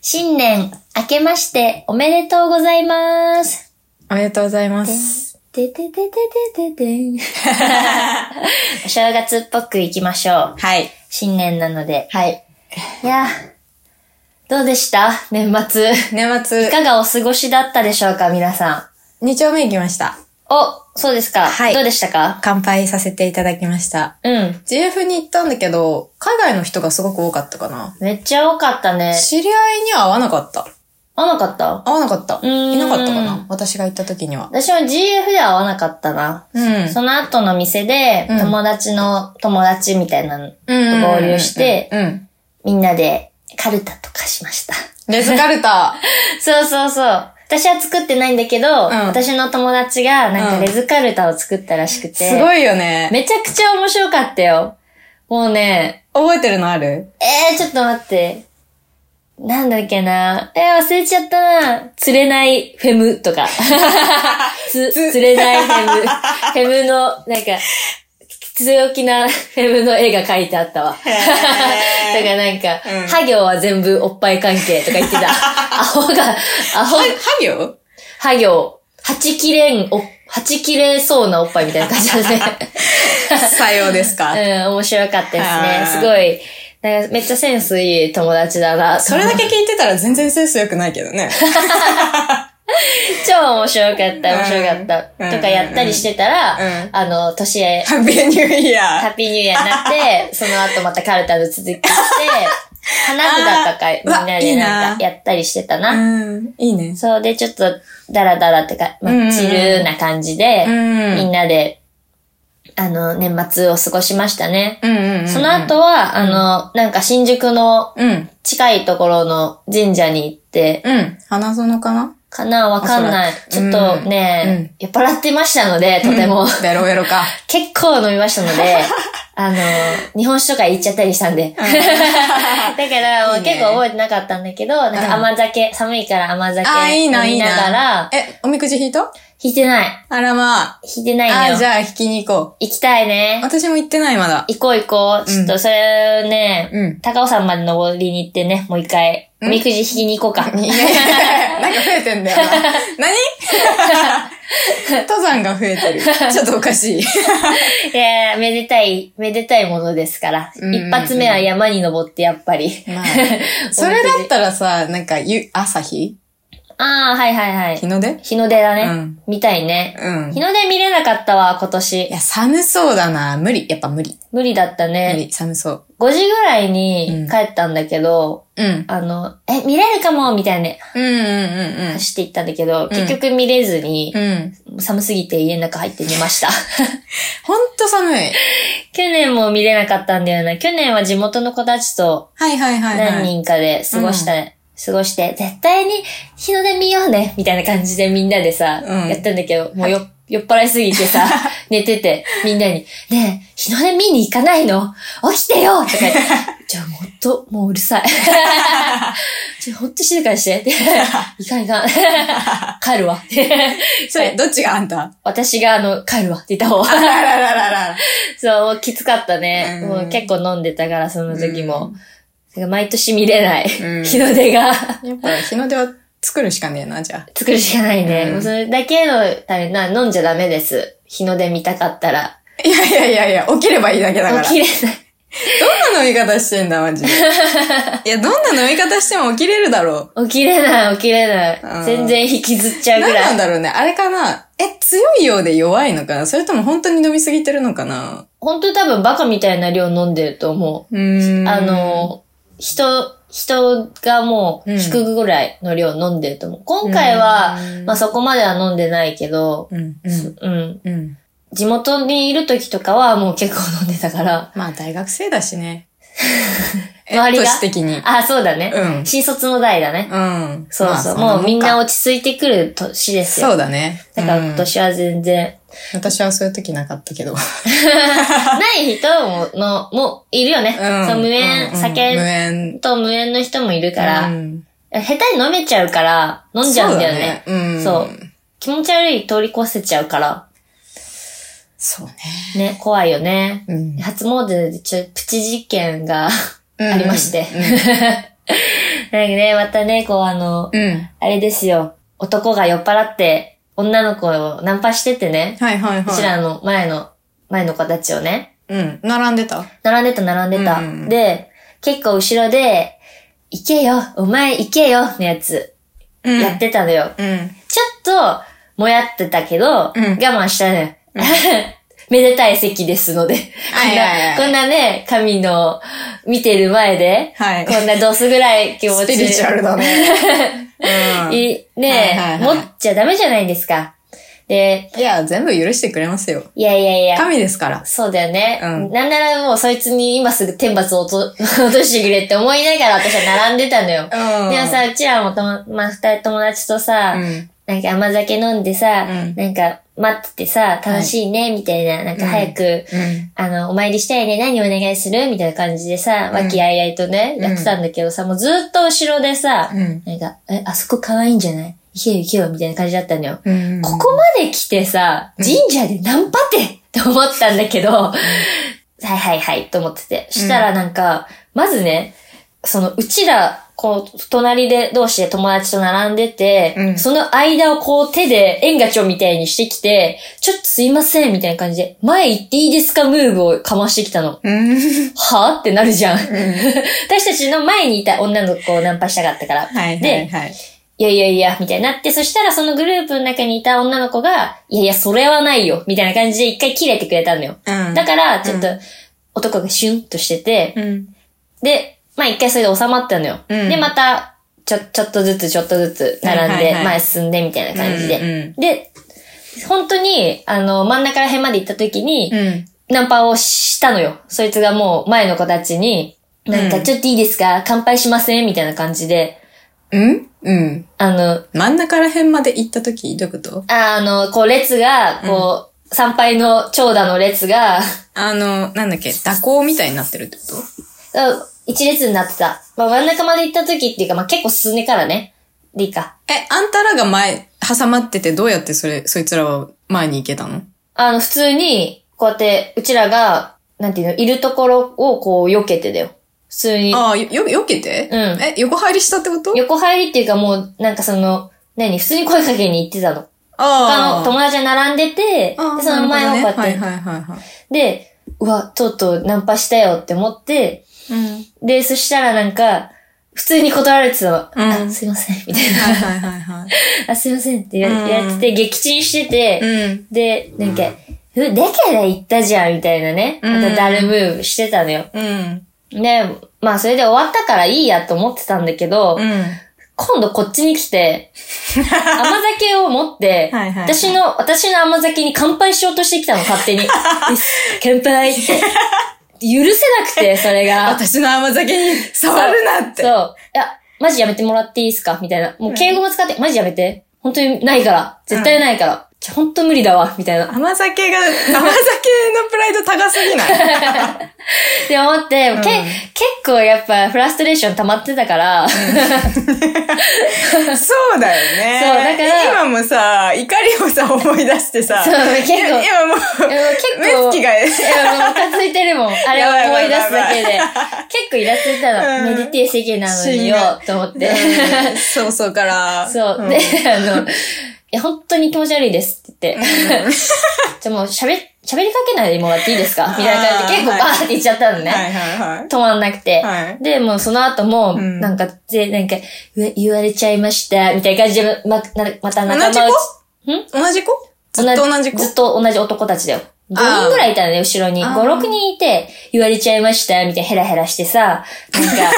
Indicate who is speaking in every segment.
Speaker 1: 新年明けましておめでとうございます。
Speaker 2: おめでとうございます。
Speaker 1: てててててててん。お正月っぽく行きましょう。
Speaker 2: はい。
Speaker 1: 新年なので。
Speaker 2: はい。
Speaker 1: いや、どうでした年末。
Speaker 2: 年
Speaker 1: い
Speaker 2: 末、
Speaker 1: かがお過ごしだったでしょうか皆さ
Speaker 2: 2丁目行きました。
Speaker 1: ん。お、そうですか。
Speaker 2: はい
Speaker 1: どうでしたか
Speaker 2: 乾杯させていただきました。
Speaker 1: うん。
Speaker 2: GF に行ったんだけど、海外の人がすごく多かったかな。
Speaker 1: めっちゃ多かったね。
Speaker 2: 知り合いには会わなかった。
Speaker 1: 合わなかった
Speaker 2: 会わなかった。
Speaker 1: ーん
Speaker 2: いなかったかな私が行った時には。
Speaker 1: 私は GF では合わなかったな。
Speaker 2: うん
Speaker 1: その後の店で、
Speaker 2: うん
Speaker 1: 友達の友達みたいなのと合流して、
Speaker 2: うんうん。
Speaker 1: みんなでカルタとかしました。
Speaker 2: レズカ ルタ。
Speaker 1: そうそうそう。私は作ってないんだけど、私の友達がなんか
Speaker 2: うん
Speaker 1: レズカルタを作ったらしくて、
Speaker 2: すごいよね。
Speaker 1: めちゃくちゃ面白かったよ。もうね、
Speaker 2: 覚えてるのある
Speaker 1: えー、ちょっと待って。なんだっけな。えー、忘れちゃったな。釣れないフェムとか。 つ、釣れないフ ェム。フェムの、なんか、強気なフェムの絵が書いてあったわ。だからなんか、
Speaker 2: うん
Speaker 1: ハ行は全部おっぱい関係とか言って た。アホが、アホ
Speaker 2: は、、はぎょ
Speaker 1: ハ行、八切れん、お、八切れそうなおっぱいみたいな感じだね。
Speaker 2: 採用ですか
Speaker 1: うん、面白かったです
Speaker 2: は
Speaker 1: ね
Speaker 2: い。
Speaker 1: すごい。なんかめっちゃセンスいい友達だな。
Speaker 2: それだけ聞いてたら全然センス良くないけ どね。
Speaker 1: 超面白かった、面白かっ
Speaker 2: うん
Speaker 1: た。とかやったりしてたら、
Speaker 2: うん
Speaker 1: あの、年へ、
Speaker 2: ハッピーニューイヤ
Speaker 1: ハ
Speaker 2: ー。
Speaker 1: ッピーニューイヤーにな って、その後またカルタの続きして、花札とかみん
Speaker 2: あ
Speaker 1: な
Speaker 2: ーうわい
Speaker 1: で
Speaker 2: い
Speaker 1: なんか
Speaker 2: な
Speaker 1: やったりしてたな。
Speaker 2: うん。いいね。
Speaker 1: そうで、ちょっとダラダラってか、ま
Speaker 2: うんうんう
Speaker 1: あ、
Speaker 2: ん
Speaker 1: チルな感じで、
Speaker 2: うん
Speaker 1: みんなで、あの、年末を過ごしましたね。
Speaker 2: うんうんうん。
Speaker 1: その後は、あの、なんか新宿の
Speaker 2: うん。
Speaker 1: 近いところの神社に行って、
Speaker 2: うん。花園かな
Speaker 1: かなわかんない。
Speaker 2: お
Speaker 1: ち
Speaker 2: そ
Speaker 1: ょっ
Speaker 2: らく
Speaker 1: とね、酔っ払ってましたので、とても。
Speaker 2: ベロベロ か。
Speaker 1: 結構飲みましたの で、あの、日本酒とか行っちゃったりしたん で。だから、も
Speaker 2: いういね
Speaker 1: 結構覚えてなかったんだけど、なんか甘酒、寒いから甘酒
Speaker 2: あー、いいな、
Speaker 1: 飲
Speaker 2: い
Speaker 1: み
Speaker 2: い
Speaker 1: なが
Speaker 2: な
Speaker 1: ら。、
Speaker 2: え、おみくじ引いた
Speaker 1: 引いてない。
Speaker 2: あらまあ。
Speaker 1: 引いてない
Speaker 2: あー、
Speaker 1: の
Speaker 2: じ
Speaker 1: よ。
Speaker 2: ゃあ引きに行こ。
Speaker 1: 行きたいうね。
Speaker 2: 私も行ってない、まだ。
Speaker 1: 行こう行こう。ちょっとそれをね、
Speaker 2: うん
Speaker 1: 高尾山まで登りに行ってね、もう一回、おみくじ引きに行こうか。
Speaker 2: いやい やいやなんか増えてんだよ な。何登山が増えてる。ちょっとおかしい。
Speaker 1: いやーめでたい、めでたいものですから。
Speaker 2: うんうんうん
Speaker 1: 一発目は山に登って、やっぱり。
Speaker 2: まあ それだったらさ、なんか、ゆ、朝日
Speaker 1: ああ、はいはいは
Speaker 2: 日
Speaker 1: い。
Speaker 2: の出
Speaker 1: 日の出だね。
Speaker 2: うん
Speaker 1: 見たいね。
Speaker 2: うん。
Speaker 1: 日
Speaker 2: い
Speaker 1: の出見れなかったわ、今年。
Speaker 2: や、寒そうだな。無理。やっぱ無理。
Speaker 1: 無理だった
Speaker 2: 無
Speaker 1: ね。
Speaker 2: 理。寒そう。
Speaker 1: 5時ぐらいうに
Speaker 2: ん
Speaker 1: 帰ったんだけど、
Speaker 2: うん。
Speaker 1: あの、え、見れるかも、みたいな、
Speaker 2: うんうんうん
Speaker 1: 走っていったんだけど、結局見れずに
Speaker 2: う、ん。うん。
Speaker 1: 寒すぎて家の中入って寝ました。
Speaker 2: ほんと寒い。
Speaker 1: 去年も見れなかったんだよな。去年は地元の子たちと
Speaker 2: はいはいはい、はい。
Speaker 1: 何人かで過ごした、過ごして、絶対に日の出見ようね、みたいな感じでみんなでさ、
Speaker 2: うん
Speaker 1: やったんだけど、もうよ、酔っ払いすぎて さ、寝てて、みんなに、ねえ、日の出見に行かないの起きてよとか 言って、じゃあもっと、もううるさい。じゃあほんと静かに して。でいかんいかん。帰るわ。
Speaker 2: それ、どっちがあんた
Speaker 1: 私があの、帰るわって言った方。
Speaker 2: あらららら ら。
Speaker 1: そう、もうきつかったね。
Speaker 2: うん
Speaker 1: もう結構飲んでたから、その時も。だから毎年見れない。
Speaker 2: うん
Speaker 1: 日の出が。
Speaker 2: やっぱ日の出は作るしかねえな、じゃ
Speaker 1: 作るしかないね。
Speaker 2: うん
Speaker 1: もうそれだけのためな、飲んじゃダメです。日の出見たかったら。
Speaker 2: あ。いやいやいやいや、起きればいいだけだから。
Speaker 1: 起きれない。
Speaker 2: どんな飲み方してんだ、マジ で。いや、どんな飲み方しても起きれるだろ
Speaker 1: 起きれない、起きれない。
Speaker 2: うん
Speaker 1: 全然引きずっちゃ
Speaker 2: う。
Speaker 1: う
Speaker 2: 何
Speaker 1: ぐ
Speaker 2: な
Speaker 1: ら
Speaker 2: ん
Speaker 1: い。
Speaker 2: だろうね。あれかなえ、強いようで弱いのかなそれとも本当に飲みすぎてるのかな
Speaker 1: 本当多分バカみたいな量飲んでると思
Speaker 2: うー
Speaker 1: う。
Speaker 2: ん。
Speaker 1: あ、の、人、人がもう
Speaker 2: うん
Speaker 1: 引くぐらいの量飲んでると思う。今回は
Speaker 2: う、ん
Speaker 1: まあそこまでは飲んでないけど、
Speaker 2: うん、うん、
Speaker 1: うん。
Speaker 2: うん。
Speaker 1: 地元にいる時とかはもう結構飲んでたから、
Speaker 2: まあ、大学生だしね。
Speaker 1: 周りが
Speaker 2: 年的に。
Speaker 1: あ、そうだね。
Speaker 2: うん
Speaker 1: 新卒の代だね。
Speaker 2: うん。
Speaker 1: そう
Speaker 2: まあ
Speaker 1: そう。
Speaker 2: な
Speaker 1: もうみん
Speaker 2: か
Speaker 1: な落ち着いてくる年ですよ。
Speaker 2: そうだね。
Speaker 1: だから
Speaker 2: うん
Speaker 1: 今年は全然。
Speaker 2: 私はそういう時なかったけど。
Speaker 1: ない人も、の、もいるよね。そう無
Speaker 2: う
Speaker 1: 縁、
Speaker 2: ん無
Speaker 1: 酒
Speaker 2: 縁
Speaker 1: と無縁の人もいるから、
Speaker 2: うん
Speaker 1: 下手に飲めちゃうから、飲んじゃうんだよね。
Speaker 2: そうだねうん
Speaker 1: そう気持ち悪い通り越せちゃうから、
Speaker 2: そうね。
Speaker 1: ね、怖いよね。
Speaker 2: うん
Speaker 1: 初詣でちょ、プチ事件がありまして。かね、またね、こうあの、
Speaker 2: うん。
Speaker 1: あれですよ。男が酔っ払って、女の子をナンパしててね。
Speaker 2: はいはいう
Speaker 1: ち
Speaker 2: は
Speaker 1: らの前の、前の子たちをね。
Speaker 2: い。うん。並んでた
Speaker 1: 並んでた、並んでた。
Speaker 2: うんうんうん
Speaker 1: で、結構後ろで、行けよ、お前行けよ、のやつ、
Speaker 2: うん。
Speaker 1: やってたのよ。
Speaker 2: うん。
Speaker 1: ちょっと、もやってたけど、
Speaker 2: うん
Speaker 1: 我慢したのよ。 めでたい席ですので。
Speaker 2: はいはいはい
Speaker 1: こんなこんなね、神の見てる前で、
Speaker 2: はい。
Speaker 1: こんなどすぐらい気持
Speaker 2: ス
Speaker 1: ち
Speaker 2: ピリチュアル だね。うん。い
Speaker 1: いねえ、
Speaker 2: はいはいはい
Speaker 1: 持っちゃダメじゃないですか。で、
Speaker 2: や、全部許してくれますよ。
Speaker 1: いやいやいや。
Speaker 2: 神ですから。
Speaker 1: そうだよね、
Speaker 2: うん
Speaker 1: なんならもうそいつに今すぐ天罰を落と 落としてくれって思いながら私は並んでたのよ。
Speaker 2: うん。
Speaker 1: でもさ、うちらもとも、まあ、二人友達とさ、
Speaker 2: うん。
Speaker 1: なんか甘酒飲んでさ、
Speaker 2: うん
Speaker 1: なんか待っててさ、楽しいね、みたいな、なんか早く、
Speaker 2: うん。
Speaker 1: あの、お参りしたいね、何お願いするみたいな感じでさ、
Speaker 2: うん
Speaker 1: 和気あいあいとね、やってたんだけどさ、もうずっと後ろでさ、
Speaker 2: うん
Speaker 1: なんか、え、あそこ可愛いんじゃない行けよ行けよ、みたいな感じだったのよ。
Speaker 2: うん。
Speaker 1: ここまで来てさ、
Speaker 2: うん
Speaker 1: 神社でナンパって って思ったんだけど、はいはいはいと思ってて。したらなんか、まずね、その、うちら、こう、隣で、同士で友達と並んでて、
Speaker 2: うん
Speaker 1: その間をこう手で縁ガチョみたいにしてきて、ちょっとすいませんみたいな感じで、前行っていいですかムーブをかましてきたの。
Speaker 2: うん。うん。
Speaker 1: はぁってなるじゃん。 私たちの前にいた女の子をナンパしたかったから。
Speaker 2: はいは
Speaker 1: で
Speaker 2: い、はい。
Speaker 1: いやいやいや、みたいになって、そしたらそのグループの中にいた女の子が、いやいや、それはないよ、みたいな感じで一回切れてくれたのよ。
Speaker 2: うん。
Speaker 1: だから、ちょっと
Speaker 2: う、
Speaker 1: 男がシュンとしてて、
Speaker 2: うん。
Speaker 1: で、まあ一回それで収まったのよ。
Speaker 2: うん
Speaker 1: で、また、ちょ、ちょっとずつちょっとずつ並ん
Speaker 2: はいはい
Speaker 1: で、
Speaker 2: はい
Speaker 1: 前進んで、みたいな感じで。
Speaker 2: うん
Speaker 1: で、本当に、あの、真ん中ら辺まで行った時に、
Speaker 2: うん。
Speaker 1: ナンパをしたのよ。そいつがもう前の子たちに、なん
Speaker 2: う
Speaker 1: か
Speaker 2: ん
Speaker 1: ちょっといいですか乾杯しませんみたいな感じで、
Speaker 2: うんうん。
Speaker 1: あの、
Speaker 2: 真ん中ら辺まで行った時どういうこと
Speaker 1: あの、こう列が、こう、参拝の長蛇の列が、
Speaker 2: あの、なんだっけ、蛇行みたいになってるってこと
Speaker 1: あ一列になってた。まあ、真ん中まで行った時っていうか、まあ、結構進んでからね。でいいか。
Speaker 2: え、あんたらが前、挟まっててどうやってそれ、そいつらは前に行けたの
Speaker 1: あの、普通に、こうやって、うちらが、なんていうの、いるところをこう、避けてだよ。普通に。
Speaker 2: ああ、よ、よ、避けて
Speaker 1: うん
Speaker 2: え、横入りしたってこと
Speaker 1: 横入りっていうかもう、なんかその、何普通に声かけに行ってたの。他
Speaker 2: あ
Speaker 1: の
Speaker 2: あ。
Speaker 1: 友達が並んでて、で
Speaker 2: ああ
Speaker 1: その前をこうやって、
Speaker 2: なるほどねはいはいはいはい。
Speaker 1: で、うわ、とうとうナンパしたよって思って、
Speaker 2: うん。
Speaker 1: で、そしたらなんか、普通に断られてたの。
Speaker 2: うん
Speaker 1: あ、すいません、みたい
Speaker 2: はいはいはいはい。
Speaker 1: な。あ、すいませんってや,、
Speaker 2: うん
Speaker 1: やってて、撃沈してて、
Speaker 2: うん。
Speaker 1: で、なんか、うだから言ったじゃん、みたいなね。
Speaker 2: うん
Speaker 1: またダルムーブしてたのよ。
Speaker 2: うん。
Speaker 1: で、まあそれで終わったからいいやと思ってたんだけど、
Speaker 2: うん。
Speaker 1: 今度こっちに来 て、甘酒を持って、
Speaker 2: はいはいはい
Speaker 1: 私の、私の甘酒に乾杯しようとしてきたの、勝 手に。乾杯って。許せなくて、それ が。
Speaker 2: 私の甘酒に触るなって。
Speaker 1: そう。いや、マジやめてもらっていいですかみたいな。もう敬語も使って、マジやめて。本当にないから。絶対ないから。ちょ、本当無理だわ。みた いな。っ
Speaker 2: 甘酒が、甘酒のプライド高す ぎない。
Speaker 1: て思って、け、結構やっぱフラストレーション溜まってたから、
Speaker 2: そうだよね。
Speaker 1: そうだから
Speaker 2: 今もさ、怒りをさ、思い出してさ。
Speaker 1: そう結構
Speaker 2: 今今もう、
Speaker 1: いや結構、
Speaker 2: 目つきが
Speaker 1: いや、もうムカついてる もん。あれを思い出すだけで。結構イラついたの。
Speaker 2: う
Speaker 1: め
Speaker 2: ん
Speaker 1: でてえ世間なのによ、と思って。
Speaker 2: うんそうそうから。
Speaker 1: そう。
Speaker 2: ん
Speaker 1: で、あの、いや、本当に気持ち悪いですって言 って。じゃあもう喋、喋りかけないでもらっていいですかみたいな感じで
Speaker 2: あー
Speaker 1: 結構バーって言っちゃったのね。
Speaker 2: はいはいはい。
Speaker 1: 止まんなくて。
Speaker 2: はい
Speaker 1: で、もうその後も、
Speaker 2: うん
Speaker 1: なんか、で、なんか、うわ言われちゃいました、みたいな感じで、ま、なまた仲間内
Speaker 2: 同じ子ずっと同じ子
Speaker 1: ずっと同じ男たちだよ。5
Speaker 2: あー
Speaker 1: 人ぐらいいたのね、後ろに。
Speaker 2: あ
Speaker 1: 5、
Speaker 2: ー
Speaker 1: 6人いて、言われちゃいました、みたいなヘラヘラしてさ、なん か、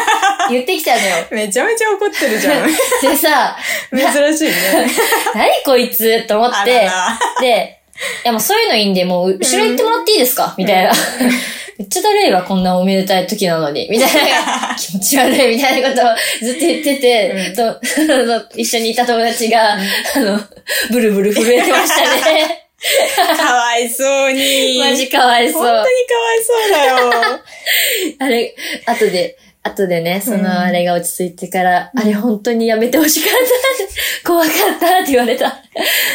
Speaker 1: 言ってきたのよ。
Speaker 2: めちゃめちゃ怒ってるじゃ ん。
Speaker 1: でさ、
Speaker 2: 珍 しいね。
Speaker 1: 何こいつと思っ
Speaker 2: あ
Speaker 1: て
Speaker 2: らら、
Speaker 1: で、いやもうそういうのいいんで、もう後ろ行ってもらっていいですかみたいな。 めっちゃだるいわ、こんなおめでたい時なのに。みたい な。気持ち悪い、みたいなことをずっと言ってて、とあの一 緒にいた友達が、あの、ブルブル震えてましたね。
Speaker 2: かわ いそうに。
Speaker 1: マジかわいそ
Speaker 2: 本当
Speaker 1: う
Speaker 2: に。かわいそうだよ。
Speaker 1: あれ、後で、後でね、そ
Speaker 2: うん
Speaker 1: のあれが落ち着いてから、あれ本当にやめてほしかった。 怖かったって言われ た。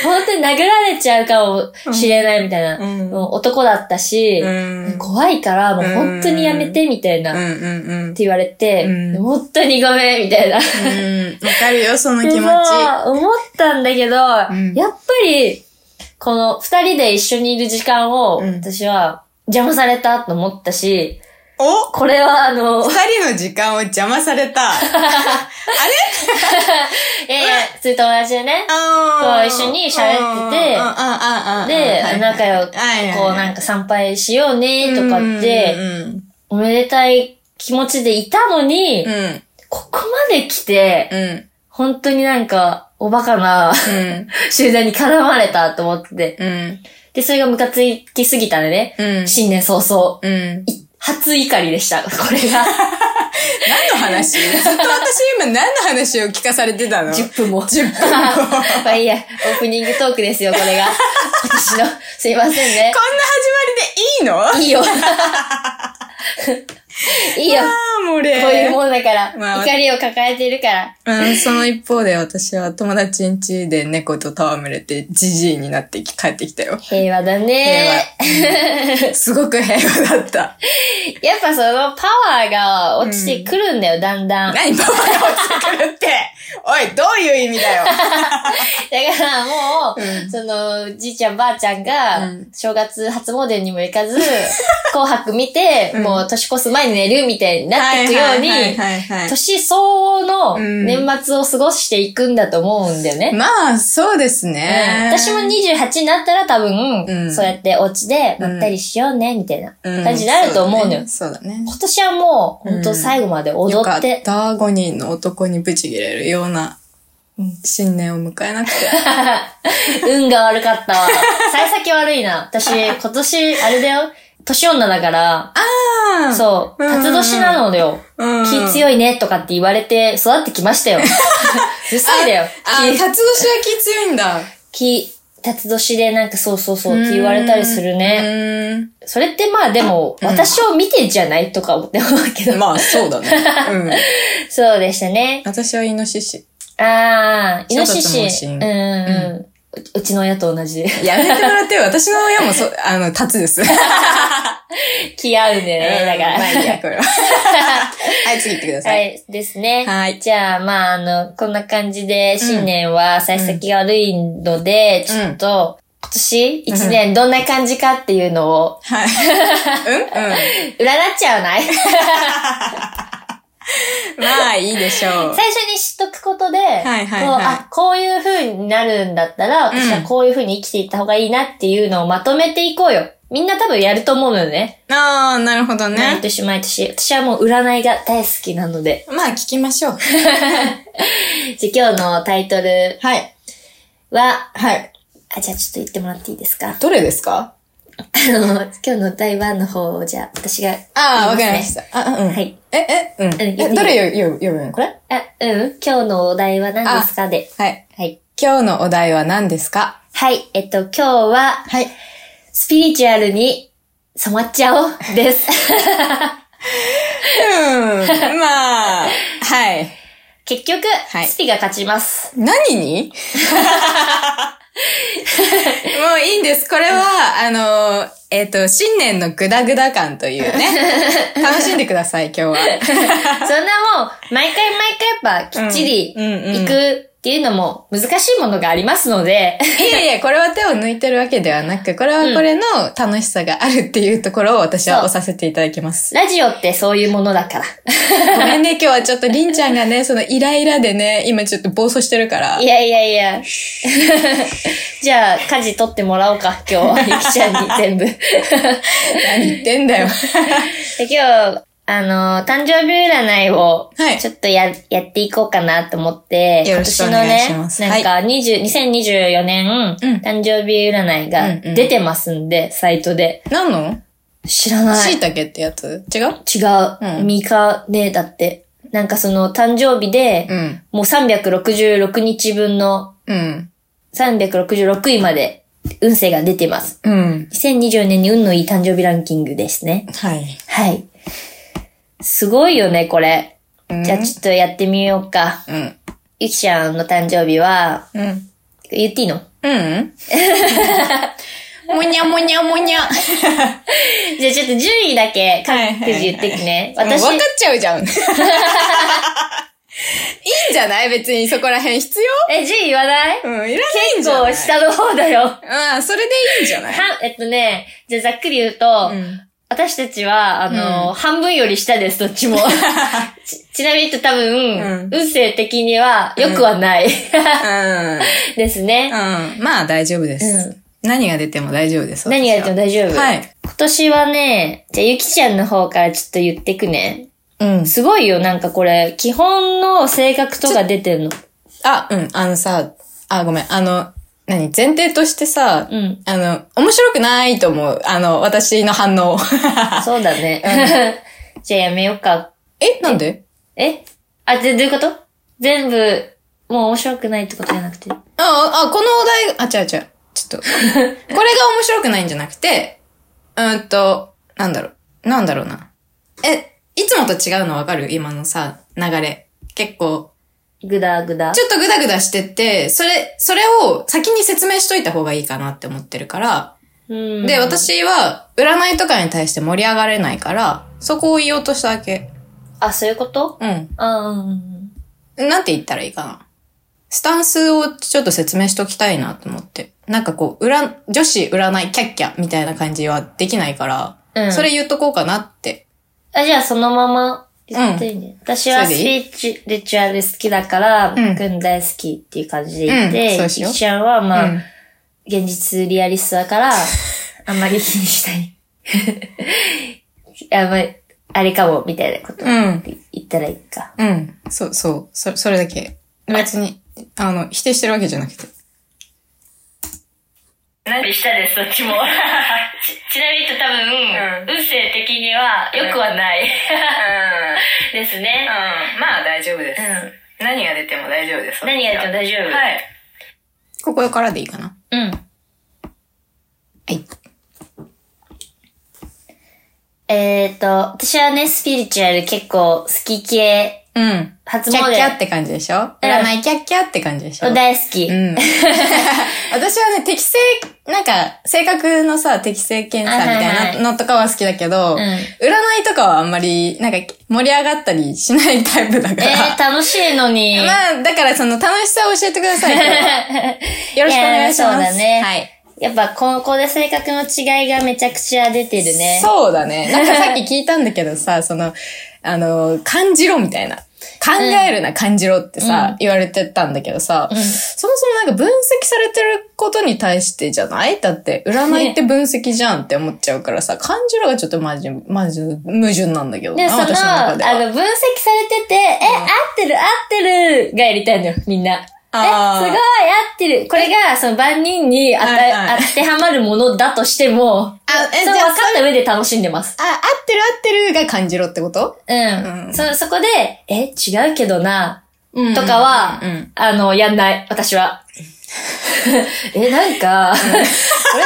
Speaker 1: 本当に殴られちゃうかもしれないみたいな。
Speaker 2: うん
Speaker 1: もう男だったし、
Speaker 2: うん
Speaker 1: 怖いからもう本当にやめてみたいな。
Speaker 2: う
Speaker 1: っ
Speaker 2: んうんうん。
Speaker 1: て言われて、
Speaker 2: うん
Speaker 1: 本当にごめんみたいな。
Speaker 2: うん。わかるよ、その気持ち。
Speaker 1: そう思ったんだけど、
Speaker 2: ん
Speaker 1: やっぱり、この二人で一緒にいる時間を、
Speaker 2: うん
Speaker 1: 私は邪魔されたと思ったし、
Speaker 2: お
Speaker 1: これはあの、
Speaker 2: 二人の時間を邪魔され た。
Speaker 1: いやいや、普通友達でね、
Speaker 2: あー
Speaker 1: こう一緒に喋ってて
Speaker 2: うんうんうんうんうん
Speaker 1: で
Speaker 2: はい、
Speaker 1: 仲良く、
Speaker 2: はいはい
Speaker 1: こうなんか参拝しようね、とかって、
Speaker 2: うん
Speaker 1: おめでたい気持ちでいたのに、
Speaker 2: うんうん。
Speaker 1: ここまで来て、
Speaker 2: うん。うん
Speaker 1: 本当になんか、おバカな集団に絡まれたと思ってて、
Speaker 2: うん。
Speaker 1: で、それがムカつきすぎたんでね、
Speaker 2: うん。
Speaker 1: 新年早々、
Speaker 2: うん。
Speaker 1: い初怒りでした、これが。
Speaker 2: 何の 話ずっと私今何の話を聞かされてたの
Speaker 1: 10分も。
Speaker 2: 10分。こんな始まり
Speaker 1: まあいいや、オープニングトークですよ、これが。私の、すいませんね。
Speaker 2: でいいのあ
Speaker 1: いいよ。いいよ。
Speaker 2: あ、もう俺。
Speaker 1: こういうもんだから、
Speaker 2: まあ
Speaker 1: 怒りを抱えてるから。
Speaker 2: うん、その一方で私は友達ん家で猫と戯れてじじいになってき帰ってき たよ。
Speaker 1: 平和だね。
Speaker 2: すごく平和だった。
Speaker 1: やっぱそのパワーが落ちてくるんだよ、だんだん。だか
Speaker 2: 何パワーが落ちてくるって おい、どういう意味だよ
Speaker 1: らもう、その、じいちゃんばあちゃんが、
Speaker 2: うん
Speaker 1: 正月初詣にも行 かず、紅白見て、
Speaker 2: うん
Speaker 1: もう年越す前に寝るみたいになっていくように、
Speaker 2: はいはいはいは
Speaker 1: 年相応の
Speaker 2: うん
Speaker 1: 年末を過ごしていくんだと思うんだよね。
Speaker 2: い。まあ、そうです
Speaker 1: うん
Speaker 2: ね。
Speaker 1: 私も28になったら多分、
Speaker 2: うん
Speaker 1: そうやってお家でまったりしようね、みたいな
Speaker 2: うん
Speaker 1: 感じになると思うのよ。
Speaker 2: そうだね。
Speaker 1: 今年はもう、本当最後まで
Speaker 2: そう
Speaker 1: 踊
Speaker 2: だ
Speaker 1: っ、
Speaker 2: ねよかってた。5人の男にブチ切れるような新年を迎えな くて。
Speaker 1: 運が悪かった わ。幸先悪いな。私、今年、あれだよ。年女だから、そう、
Speaker 2: うん
Speaker 1: 辰年なのだよ。
Speaker 2: うん
Speaker 1: 気強いね、とかって言われて育ってきま したよ。10歳だよ。
Speaker 2: あ、辰年は気強いんだ。
Speaker 1: 気、辰年でなんかそうそうそうって言われたりするね。
Speaker 2: ね。
Speaker 1: それってまあでも、私を見てんじゃないとか思って思うけど。
Speaker 2: まあ、そう だね。うん。
Speaker 1: そうでしたね。
Speaker 2: 私はイノシシ。
Speaker 1: ああ、イノシ
Speaker 2: ちょっと
Speaker 1: シ。
Speaker 2: つ
Speaker 1: う
Speaker 2: も
Speaker 1: ん、うん
Speaker 2: し
Speaker 1: んううちの親と同じで。
Speaker 2: やめてもらってよ。私の親もそ、あの、タツです。ね、
Speaker 1: 気合うんだよね、だか
Speaker 2: まあいい
Speaker 1: ら。
Speaker 2: や、こ れは。はい、次行ってくださ。
Speaker 1: はいい、ですね。
Speaker 2: はい
Speaker 1: じゃあ、まあ、あの、こんな感じで、新年は幸先が悪いので、
Speaker 2: うん
Speaker 1: ちょっと、今年一年どんな感じかっていうのを、
Speaker 2: は
Speaker 1: 占
Speaker 2: い。
Speaker 1: っちゃわ ない
Speaker 2: うんうん。まあ、いいでしょ う。
Speaker 1: 最初に知っとくことで、
Speaker 2: いはい
Speaker 1: こう
Speaker 2: はい
Speaker 1: あ、こういう風になるんだったら、
Speaker 2: うん
Speaker 1: 私はこういう風に生きていった方がいいなっていうのをまとめていこうよ。みんな多分やると思うのよね。
Speaker 2: ああ、なるほど
Speaker 1: 毎
Speaker 2: ね。
Speaker 1: 年毎年。私はもう占いが大好きなので。
Speaker 2: まあ、聞きましょう。
Speaker 1: じゃあ今日のタイトル
Speaker 2: はい。
Speaker 1: は、
Speaker 2: はい。
Speaker 1: あ、じゃあちょっと言ってもらっていいですか
Speaker 2: どれですか
Speaker 1: あの、今日の台湾の方を、じゃあ私が。
Speaker 2: ああ、わか
Speaker 1: 言
Speaker 2: りま
Speaker 1: い
Speaker 2: し
Speaker 1: すね
Speaker 2: た。あ、うん。
Speaker 1: はい。
Speaker 2: え、え、うん。
Speaker 1: ん
Speaker 2: え、どれ読む読むこれ
Speaker 1: あ、うん今日のお題は何ですかで。
Speaker 2: はい。
Speaker 1: はい。
Speaker 2: 今日のお題は何ですか
Speaker 1: はい。えっと、今日は、
Speaker 2: はい。
Speaker 1: スピリチュアルに染まっちゃ おうです。
Speaker 2: うん。まあ、はい。
Speaker 1: 結局、
Speaker 2: はい
Speaker 1: スピが勝ちます。
Speaker 2: 何にもういいんです。これは、あの、えっ、と、新年のグダグダ感というね。楽しんでください、今日は。
Speaker 1: そんなもう、毎回毎回やっぱきっちり
Speaker 2: うんうんうん
Speaker 1: 行くっていうのも難しいものがありますので、
Speaker 2: いやいや、これは手を抜いてるわけではなく、これはこれの楽しさがあるっていうところを私は
Speaker 1: そう
Speaker 2: 押させていただ きます。
Speaker 1: ラジオってそういうものだから。
Speaker 2: ごめんね、今日はちょっとりんちゃんがね、そのイライラでね、今ちょっと暴走してるから
Speaker 1: い。やいやいや。 じゃあ、家事取ってもらおうか、 今日は。ゆきちゃんに全部。で
Speaker 2: 何言ってんだよ。
Speaker 1: 今日、あの、誕生日占いを
Speaker 2: はい、
Speaker 1: ちょっとや、やっていこうかなと思って、
Speaker 2: よろしくお願いします
Speaker 1: 今年のね、なんか、20 2024年、
Speaker 2: うん
Speaker 1: 誕生日占いが
Speaker 2: うんうん
Speaker 1: 出てますんで、サイトで。
Speaker 2: 何の
Speaker 1: 知らない。
Speaker 2: 椎茸ってやつ違う
Speaker 1: 違う。
Speaker 2: うん
Speaker 1: ミカねだって。なんかその誕生日で、
Speaker 2: うん。
Speaker 1: もう366日分の
Speaker 2: うん。
Speaker 1: 366位まで運勢が出てます。
Speaker 2: うん。
Speaker 1: 2024年に運のいい誕生日ランキングですね。
Speaker 2: はい。
Speaker 1: はい。すごいよね、これ。
Speaker 2: うん
Speaker 1: じゃあちょっとやってみようか。
Speaker 2: うん。
Speaker 1: ゆきちゃんの誕生日は、
Speaker 2: うん。
Speaker 1: 言っていい の
Speaker 2: うん。もにゃもにゃもにゃ。
Speaker 1: じゃあちょっと順位だけ各自言ってきね。私、
Speaker 2: もう分かっちゃう じゃん。いいんじゃない別にそこら辺必要
Speaker 1: え、順位言わない
Speaker 2: うん、いらないん
Speaker 1: 結
Speaker 2: じゃな
Speaker 1: 構
Speaker 2: い
Speaker 1: 下の方だよ。
Speaker 2: うん、それでいいんじゃない
Speaker 1: は、えっとね、じゃあざっくり言うと、
Speaker 2: うん。
Speaker 1: 私たちは、あの、半分より下です、どっ ちも。ちちなみに言うと多分、
Speaker 2: うん
Speaker 1: 運勢的には良くはない、
Speaker 2: うん。
Speaker 1: ですね。
Speaker 2: うん。まあ大丈夫です。何が出ても大丈夫です。
Speaker 1: 何が言っても
Speaker 2: も
Speaker 1: 大丈夫。
Speaker 2: はい。
Speaker 1: 今年はね、じゃあゆきちゃんの方からちょっと言ってくね。
Speaker 2: うん。
Speaker 1: すごいよ、なんかこれ、基本の性格とか出てんの。
Speaker 2: あ、うん、あのさ、あ、ごめん、あの、何前提としてさ、
Speaker 1: うん
Speaker 2: あの、面白くないと思う。あの、私の反応。
Speaker 1: そうだね。 じゃあやめようか。
Speaker 2: え、なんで
Speaker 1: えあ、で、どういうこと全部、もう面白くないってことじゃなくて。
Speaker 2: あ、あ、このお題、あ、違う違う。ち ょっと。これが面白くないんじゃなくて、うーんと、なんだろう。なんだろうな。え、いつもと違うのわかる今のさ、流れ。結構、
Speaker 1: ぐだぐだ。
Speaker 2: ちょっとグダグダしてって、それ、それを先に説明しといた方がいいかなって思ってるから、
Speaker 1: うん
Speaker 2: で、私は、占いとかに対して盛り上がれないから、そこを言おうとしただけ。
Speaker 1: あ、そういうこと
Speaker 2: うん。
Speaker 1: あうんうん。
Speaker 2: なんて言ったらいいかな。スタンスをちょっと説明しときたいなと思って。なんかこう、占、女子占いキャッキャみたいな感じはできないから、
Speaker 1: うん
Speaker 2: それ言っとこうかなって。
Speaker 1: あ、じゃあそのまま言っていいね。私は
Speaker 2: そ
Speaker 1: ス
Speaker 2: れで
Speaker 1: ピーチ、リチュアル好きだから、
Speaker 2: ん
Speaker 1: 君大好きっていう感じで言って、
Speaker 2: うんそ
Speaker 1: ゆ
Speaker 2: うしよう
Speaker 1: きちゃんはまあ、
Speaker 2: うん
Speaker 1: 現実リアリストだ から、あんまり気にしない。 あんまり、あれかも、みたいなこと
Speaker 2: うん。
Speaker 1: 言ったらいいか。
Speaker 2: うん。そう、そう。そ、それだけ。別に、あの、否定してるわけじゃなくて。
Speaker 1: なんでしたです、そっちも。 ちちなみに言うと多分、運勢的には良くはない。 ですね。
Speaker 2: ん。まあ大丈夫です
Speaker 1: うん。
Speaker 2: 何が出ても大丈夫です
Speaker 1: 何やっても大丈夫。
Speaker 2: はい。ここからでいいかな。
Speaker 1: うん。
Speaker 2: はい。
Speaker 1: えっ、ー、と、私はね、スピリチュアル結構好き系、
Speaker 2: うん。
Speaker 1: 初詣
Speaker 2: キャッキャって感じでしょ
Speaker 1: うん
Speaker 2: 占いキャッキャって感じでしょ、
Speaker 1: 大好き。
Speaker 2: うん。私はね、適正、なんか、性格のさ、適正検査みた
Speaker 1: あはいい
Speaker 2: なのとかは好きだけど、
Speaker 1: ん
Speaker 2: 占いとかはあんまり、なんか、盛り上がったりしないタイプだか
Speaker 1: えー、
Speaker 2: ら。
Speaker 1: 楽しいの に。
Speaker 2: まあ、だからその楽しさを教えてくだ さい。今日はよろしくお願いします。
Speaker 1: いやーそうだね
Speaker 2: はい。
Speaker 1: やっぱ、ここで性格の違いがめちゃくちゃ出てるね。
Speaker 2: そうだ ね。なんかさっき聞いたんだけどさ、その、あの、感じろみたいな。考えるな、感じろってさ、言われてたんだけどさ、そもそもなんか分析されてることに対してじゃないだって、占いって分析じゃんって思っちゃうからさ、感じろがちょっとマジ、マジ、矛盾なんだけど
Speaker 1: で、
Speaker 2: な、
Speaker 1: その、あ
Speaker 2: 私の中では。
Speaker 1: の、分析されてて、え、合ってる、合ってるがやりたいのよ、みんな。え、
Speaker 2: あー
Speaker 1: すごい、合ってる。これが、その、万人に当た、
Speaker 2: はいはい
Speaker 1: 当てはまるものだとしても、
Speaker 2: あえ
Speaker 1: そう分
Speaker 2: じゃあ
Speaker 1: かった上で楽しんでます。
Speaker 2: あ、合ってる合ってるが感じろってこと
Speaker 1: うん。
Speaker 2: うん
Speaker 1: そ、そこで、え、違うけどな、
Speaker 2: うん
Speaker 1: とかは、
Speaker 2: うんうん
Speaker 1: あの、やんない、私は。 え、なんか、これ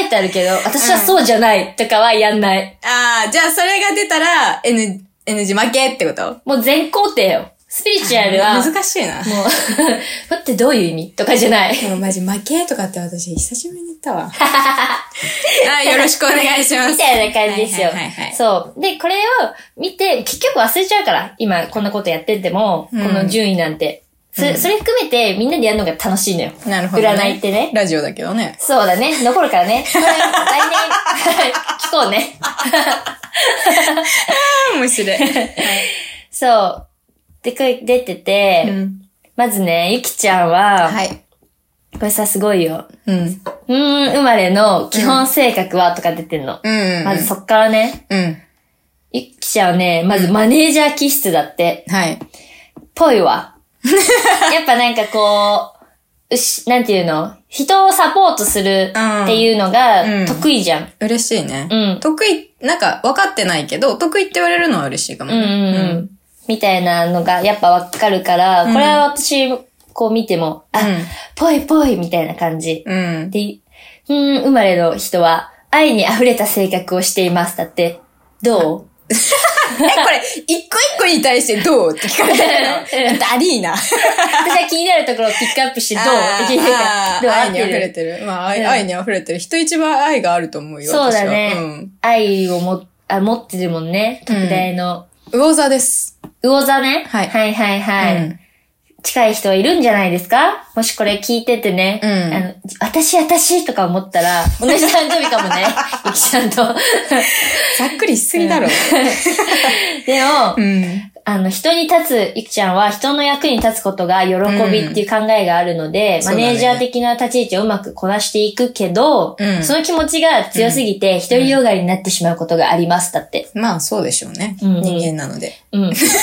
Speaker 1: 書いてあるけど、私はそうじゃない、とかはやんない。
Speaker 2: ああ、じゃあそれが出たら、N、NG 負けってこと
Speaker 1: もう全肯定よ。スピリチュアルは、
Speaker 2: 難しいな。
Speaker 1: もう、 これってどういう意味とかじゃない。
Speaker 2: でもマジ負けとかって私久しぶりに言ったわ。 あよろしくお願いします。
Speaker 1: みたいな感じですよ
Speaker 2: はいはいはいはい。
Speaker 1: そう。で、これを見て、結局忘れちゃうから、今こんなことやってても、
Speaker 2: ん
Speaker 1: この順位なんて。そそれ含めてみんなでやるのが楽しいのよ。
Speaker 2: なるほど、
Speaker 1: 占いってね
Speaker 2: ラジオだけどね。
Speaker 1: そうだね。残るからね。これ来年、 聞こうね。
Speaker 2: 面白い。
Speaker 1: そう。で、これ出てて、
Speaker 2: うん
Speaker 1: まずね、ゆきちゃんは、
Speaker 2: はい。
Speaker 1: これさ、すごいよ。
Speaker 2: うん。
Speaker 1: うーん、生まれの基本性格は、とか出てんの。
Speaker 2: うん。
Speaker 1: まずそっからね、
Speaker 2: うん。
Speaker 1: ゆきちゃんはね、まずマネージャー気質だって、
Speaker 2: はい。
Speaker 1: ぽい わ。やっぱなんかこう、うし、なんていうの人をサポートするっていうの
Speaker 2: うん
Speaker 1: が得意じゃん。
Speaker 2: 嬉しいね。
Speaker 1: うん
Speaker 2: 得意、なんか分かってないけど、得意って言われるのは嬉しいかもね。
Speaker 1: うんうんうん。みたいなのがやっぱわかるから、これは私、こう見ても、あ、
Speaker 2: うん
Speaker 1: ぽいぽいみたいな感じ。
Speaker 2: うん。うん。
Speaker 1: で、うーん、生まれの人は、愛に溢れた性格をしています。だって、どう
Speaker 2: え、これ、一個一個に対してどうって聞かれ たの。ダリーナ。
Speaker 1: 私は気になるところをピックアップしてどう って聞いてるから、どう合
Speaker 2: 愛
Speaker 1: っ
Speaker 2: に溢れ
Speaker 1: てる
Speaker 2: てる。
Speaker 1: う
Speaker 2: まあ、愛
Speaker 1: ん
Speaker 2: 愛に溢れてる。人一倍愛があると思うよ。
Speaker 1: そうだ
Speaker 2: 私は
Speaker 1: ね。愛をも、あ、持ってるもんね。特大の。
Speaker 2: うん。魚座です。
Speaker 1: 魚座ね。
Speaker 2: はい
Speaker 1: はいはいはい。
Speaker 2: うん
Speaker 1: 近い人はいるんじゃないですかもしこれ聞いててね。
Speaker 2: うん
Speaker 1: あの、私、私とか思ったら、同じ誕生日かも ね。ゆきちゃんと。
Speaker 2: ざっくりしすぎだろ。
Speaker 1: でも、
Speaker 2: うん。
Speaker 1: あの、人に立つ、ゆきちゃんは人の役に立つことが喜びっていう考えがあるので、
Speaker 2: ん
Speaker 1: マネージャー的な立ち位置をうまくこなしていくけど、
Speaker 2: うん
Speaker 1: その気持ちが強すぎて、独りよがりになってしまうことがあります、だって。
Speaker 2: まあ、そうでしょうね。
Speaker 1: うん
Speaker 2: 人間なので。
Speaker 1: うん。違い ますね、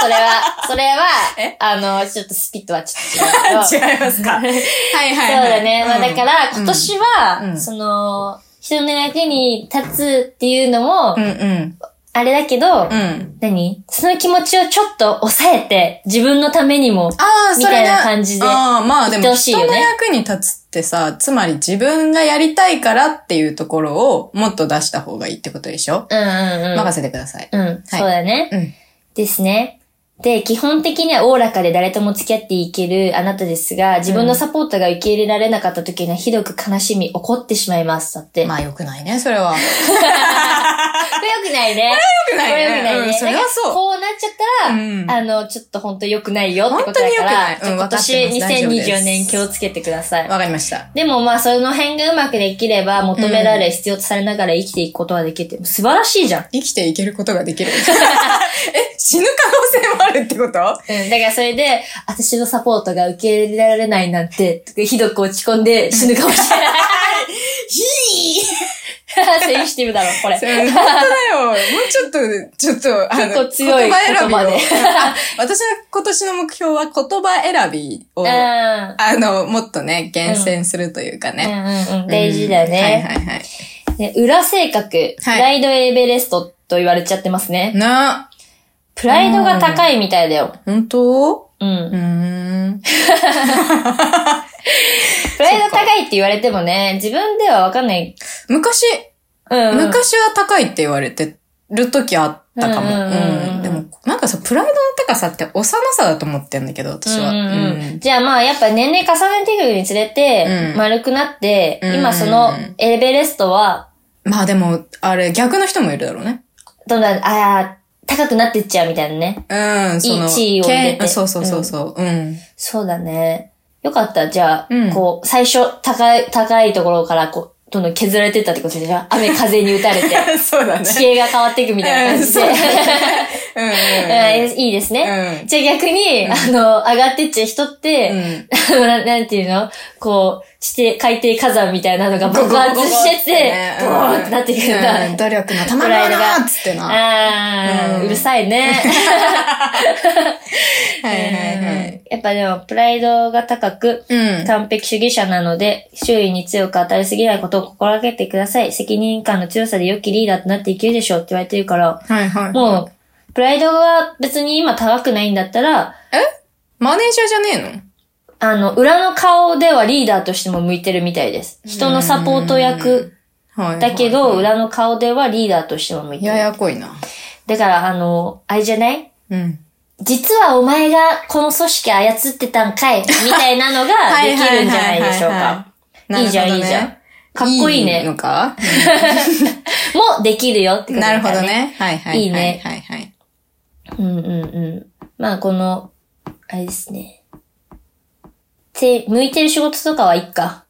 Speaker 1: それは。それは
Speaker 2: え、
Speaker 1: あの、ちょっとスピットはちょっと違うけど。
Speaker 2: 違いますか。はいはいはい。、
Speaker 1: そうだね。まあだからら、今年は、
Speaker 2: うん
Speaker 1: その、人の役に立つっていうのも、
Speaker 2: うんうん。
Speaker 1: あれだけど、
Speaker 2: うん。
Speaker 1: 何その気持ちをちょっと抑えて、自分のためにも、
Speaker 2: ああ、それ
Speaker 1: みたい
Speaker 2: ね
Speaker 1: な感じで
Speaker 2: ああ、まあ
Speaker 1: 言
Speaker 2: で
Speaker 1: って
Speaker 2: も
Speaker 1: ほしい
Speaker 2: 人
Speaker 1: よね
Speaker 2: の役に立つってさ、つまり自分がやりたいからっていうところをもっと出した方がいいってことでしょ
Speaker 1: うんうんうん。
Speaker 2: 任せてください。
Speaker 1: うん、そうだね、
Speaker 2: うん
Speaker 1: ですね。で、基本的にはおおらかで誰とも付き合っていけるあなたですが、自分のサポートが受け入れられなかった時にはひどく悲しみ、怒ってしまいます。だって。
Speaker 2: まあ良くないね、それは。
Speaker 1: これ良くないね。
Speaker 2: 良く
Speaker 1: これ良くないね。
Speaker 2: うんそれ
Speaker 1: な
Speaker 2: は
Speaker 1: んか
Speaker 2: そう。
Speaker 1: こうなっちゃったら、
Speaker 2: うん
Speaker 1: あの、ちょっと本当良くないよってことだか
Speaker 2: 本当に良
Speaker 1: ら、
Speaker 2: くないうん
Speaker 1: 今年
Speaker 2: わかってます
Speaker 1: 2024年気をつけてください。
Speaker 2: わかりました。
Speaker 1: でもまあ、その辺がうまくできれば、求められ、必要とされながら生きていくことはできて、素晴らしいじゃん。
Speaker 2: 生きていけることができる。え、 死ぬ可能性もあるってこと
Speaker 1: うん、だからそれで、私のサポートが受け入れられないなんて、ひどく落ち込んで死ぬかもしれない。
Speaker 2: ひー
Speaker 1: センシティブだろ、これ。
Speaker 2: それ本当だよ。もうちょっと、ちょっと、あの、
Speaker 1: 結構強い
Speaker 2: 言葉選び
Speaker 1: 言
Speaker 2: を
Speaker 1: 葉で
Speaker 2: あ 私は今年の目標は言葉選びを、あ
Speaker 1: うん。
Speaker 2: の、もっとね、厳選するというか
Speaker 1: う
Speaker 2: ね。
Speaker 1: んうんうん、大事だよ
Speaker 2: うんはい
Speaker 1: ね。
Speaker 2: はいはい。
Speaker 1: で裏性格、プ
Speaker 2: はい
Speaker 1: ライドエベレストと言われちゃってますね。
Speaker 2: な、
Speaker 1: プライドが高いみたいだよ。
Speaker 2: 本当
Speaker 1: うん
Speaker 2: う。ーん。
Speaker 1: プライド高いって言われてもね、自分ではわかんない。
Speaker 2: 昔、
Speaker 1: うん。
Speaker 2: 昔は高いって言われてる時あったかも。
Speaker 1: う
Speaker 2: う
Speaker 1: うんう
Speaker 2: ん
Speaker 1: んうん
Speaker 2: ん。でも、なんかさ、プライドの高さって幼さだと思ってんだけど、私は。
Speaker 1: うんうんう
Speaker 2: うんん
Speaker 1: じゃあまあやっぱ年齢重ねていくにつれて
Speaker 2: う、ん
Speaker 1: 丸くなって、
Speaker 2: うん
Speaker 1: 今そのエベレストは、
Speaker 2: まあでも、あれ、逆の人もいるだろうね。
Speaker 1: どんどん、ああ、高くなってっちゃうみたいなね。
Speaker 2: うん、その。
Speaker 1: 地位を入れて
Speaker 2: 権そうそうそうそう。うん。
Speaker 1: そうだね。よかった。じゃあ、
Speaker 2: うん
Speaker 1: こう、最初、高い、高いところから、こう、どんどん削られてったってことでしょ雨風に打たれ て、
Speaker 2: そうだね。
Speaker 1: 地形が変わっていくみたいな感じで。
Speaker 2: うんう
Speaker 1: うんいいですね。
Speaker 2: うん
Speaker 1: じゃあ逆に、あの、上がってっちゃう人って、 ななんていうのこう、して、海底火山みたいなのが爆発してて、ボーンってなってくるんだ
Speaker 2: んうん。努力のたま
Speaker 1: プ
Speaker 2: ら
Speaker 1: ライ
Speaker 2: ん
Speaker 1: ド
Speaker 2: な
Speaker 1: が。
Speaker 2: っつってな。は
Speaker 1: あー
Speaker 2: うん
Speaker 1: うるさいね。
Speaker 2: いはいはい。
Speaker 1: やっぱでも、プライドが高く、
Speaker 2: うん。
Speaker 1: 完璧主義者なので、周囲に強く当たりすぎないことを心がけてください。責任感の強さで良きリーダーとなっていけるでしょうって言われてるから、
Speaker 2: はいはい。
Speaker 1: もう、プライドが別に今高くないんだったら、
Speaker 2: マネージャーじゃねえの
Speaker 1: あの、裏の顔ではリーダーとしても向いてるみたいです。人のサポート役
Speaker 2: はいはい。
Speaker 1: だけど、、裏の顔ではリーダーとしても向いて
Speaker 2: や
Speaker 1: る。
Speaker 2: やこいな。
Speaker 1: だから、あの、あれじゃない
Speaker 2: うん。
Speaker 1: 実はお前がこの組織操ってたんかいみたいなの ができるんじゃないでしょうか。
Speaker 2: はい
Speaker 1: いいじゃん、
Speaker 2: なるほ
Speaker 1: い
Speaker 2: どね
Speaker 1: いじゃん。かっこいいね。
Speaker 2: いいのか
Speaker 1: もできるよってこと
Speaker 2: な
Speaker 1: だ
Speaker 2: る
Speaker 1: か
Speaker 2: ほ
Speaker 1: ら
Speaker 2: ど。ね。はいはい。
Speaker 1: いいね
Speaker 2: はいはい。
Speaker 1: うんうんうん。まあこの、あれですね。手、向いてる仕事とかはいっか。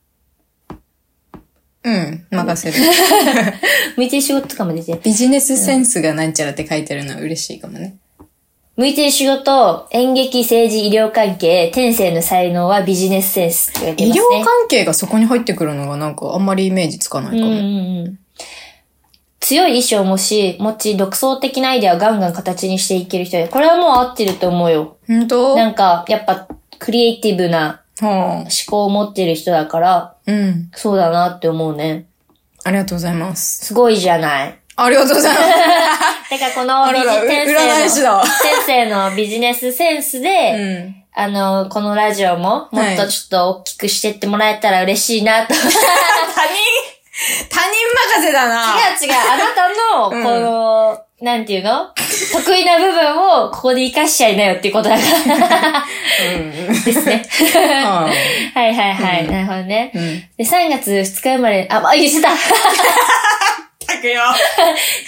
Speaker 2: うん。任せる。
Speaker 1: 向いてる仕事とかも出てる。
Speaker 2: ビジネスセンスがなんちゃらって書いてるのは嬉しいかもね。
Speaker 1: 向いてる仕事、演劇、政治、医療関係、天性の才能はビジネスセンスって書いて
Speaker 2: 医
Speaker 1: ますね。
Speaker 2: 療関係がそこに入ってくるのがなんかあんまりイメージつかないか
Speaker 1: うんう
Speaker 2: も。
Speaker 1: んうん。強い意志を持ち、持ち、独創的なアイデアをガンガン形にしていける人で、これはもう合ってると思うよ。
Speaker 2: 本当
Speaker 1: なんか、やっぱ、クリエイティブな
Speaker 2: はあ
Speaker 1: 思考を持ってる人だから、
Speaker 2: うん。
Speaker 1: そうだなって思うね。
Speaker 2: ありがとうございます。
Speaker 1: すごいじゃない。
Speaker 2: ありがとう ございます。
Speaker 1: だからこの
Speaker 2: あ
Speaker 1: ビ
Speaker 2: ら
Speaker 1: ジ
Speaker 2: ら、う
Speaker 1: 天性
Speaker 2: 占
Speaker 1: の、
Speaker 2: い 師だ。
Speaker 1: 先生のビジネスセンスで、
Speaker 2: うん。
Speaker 1: あの、このラジオも、もっとちょっと大きくしてってもらえたら嬉しいなと。
Speaker 2: 他人任せだな。
Speaker 1: 違う違う、あなたの、この、なんていうの得意な部分をここで活かしちゃいなよっていうことだから。です ね。はいはいはい。なるほどね。で、3月2日生まれ、あ、まあ、言ってた
Speaker 2: たくよ。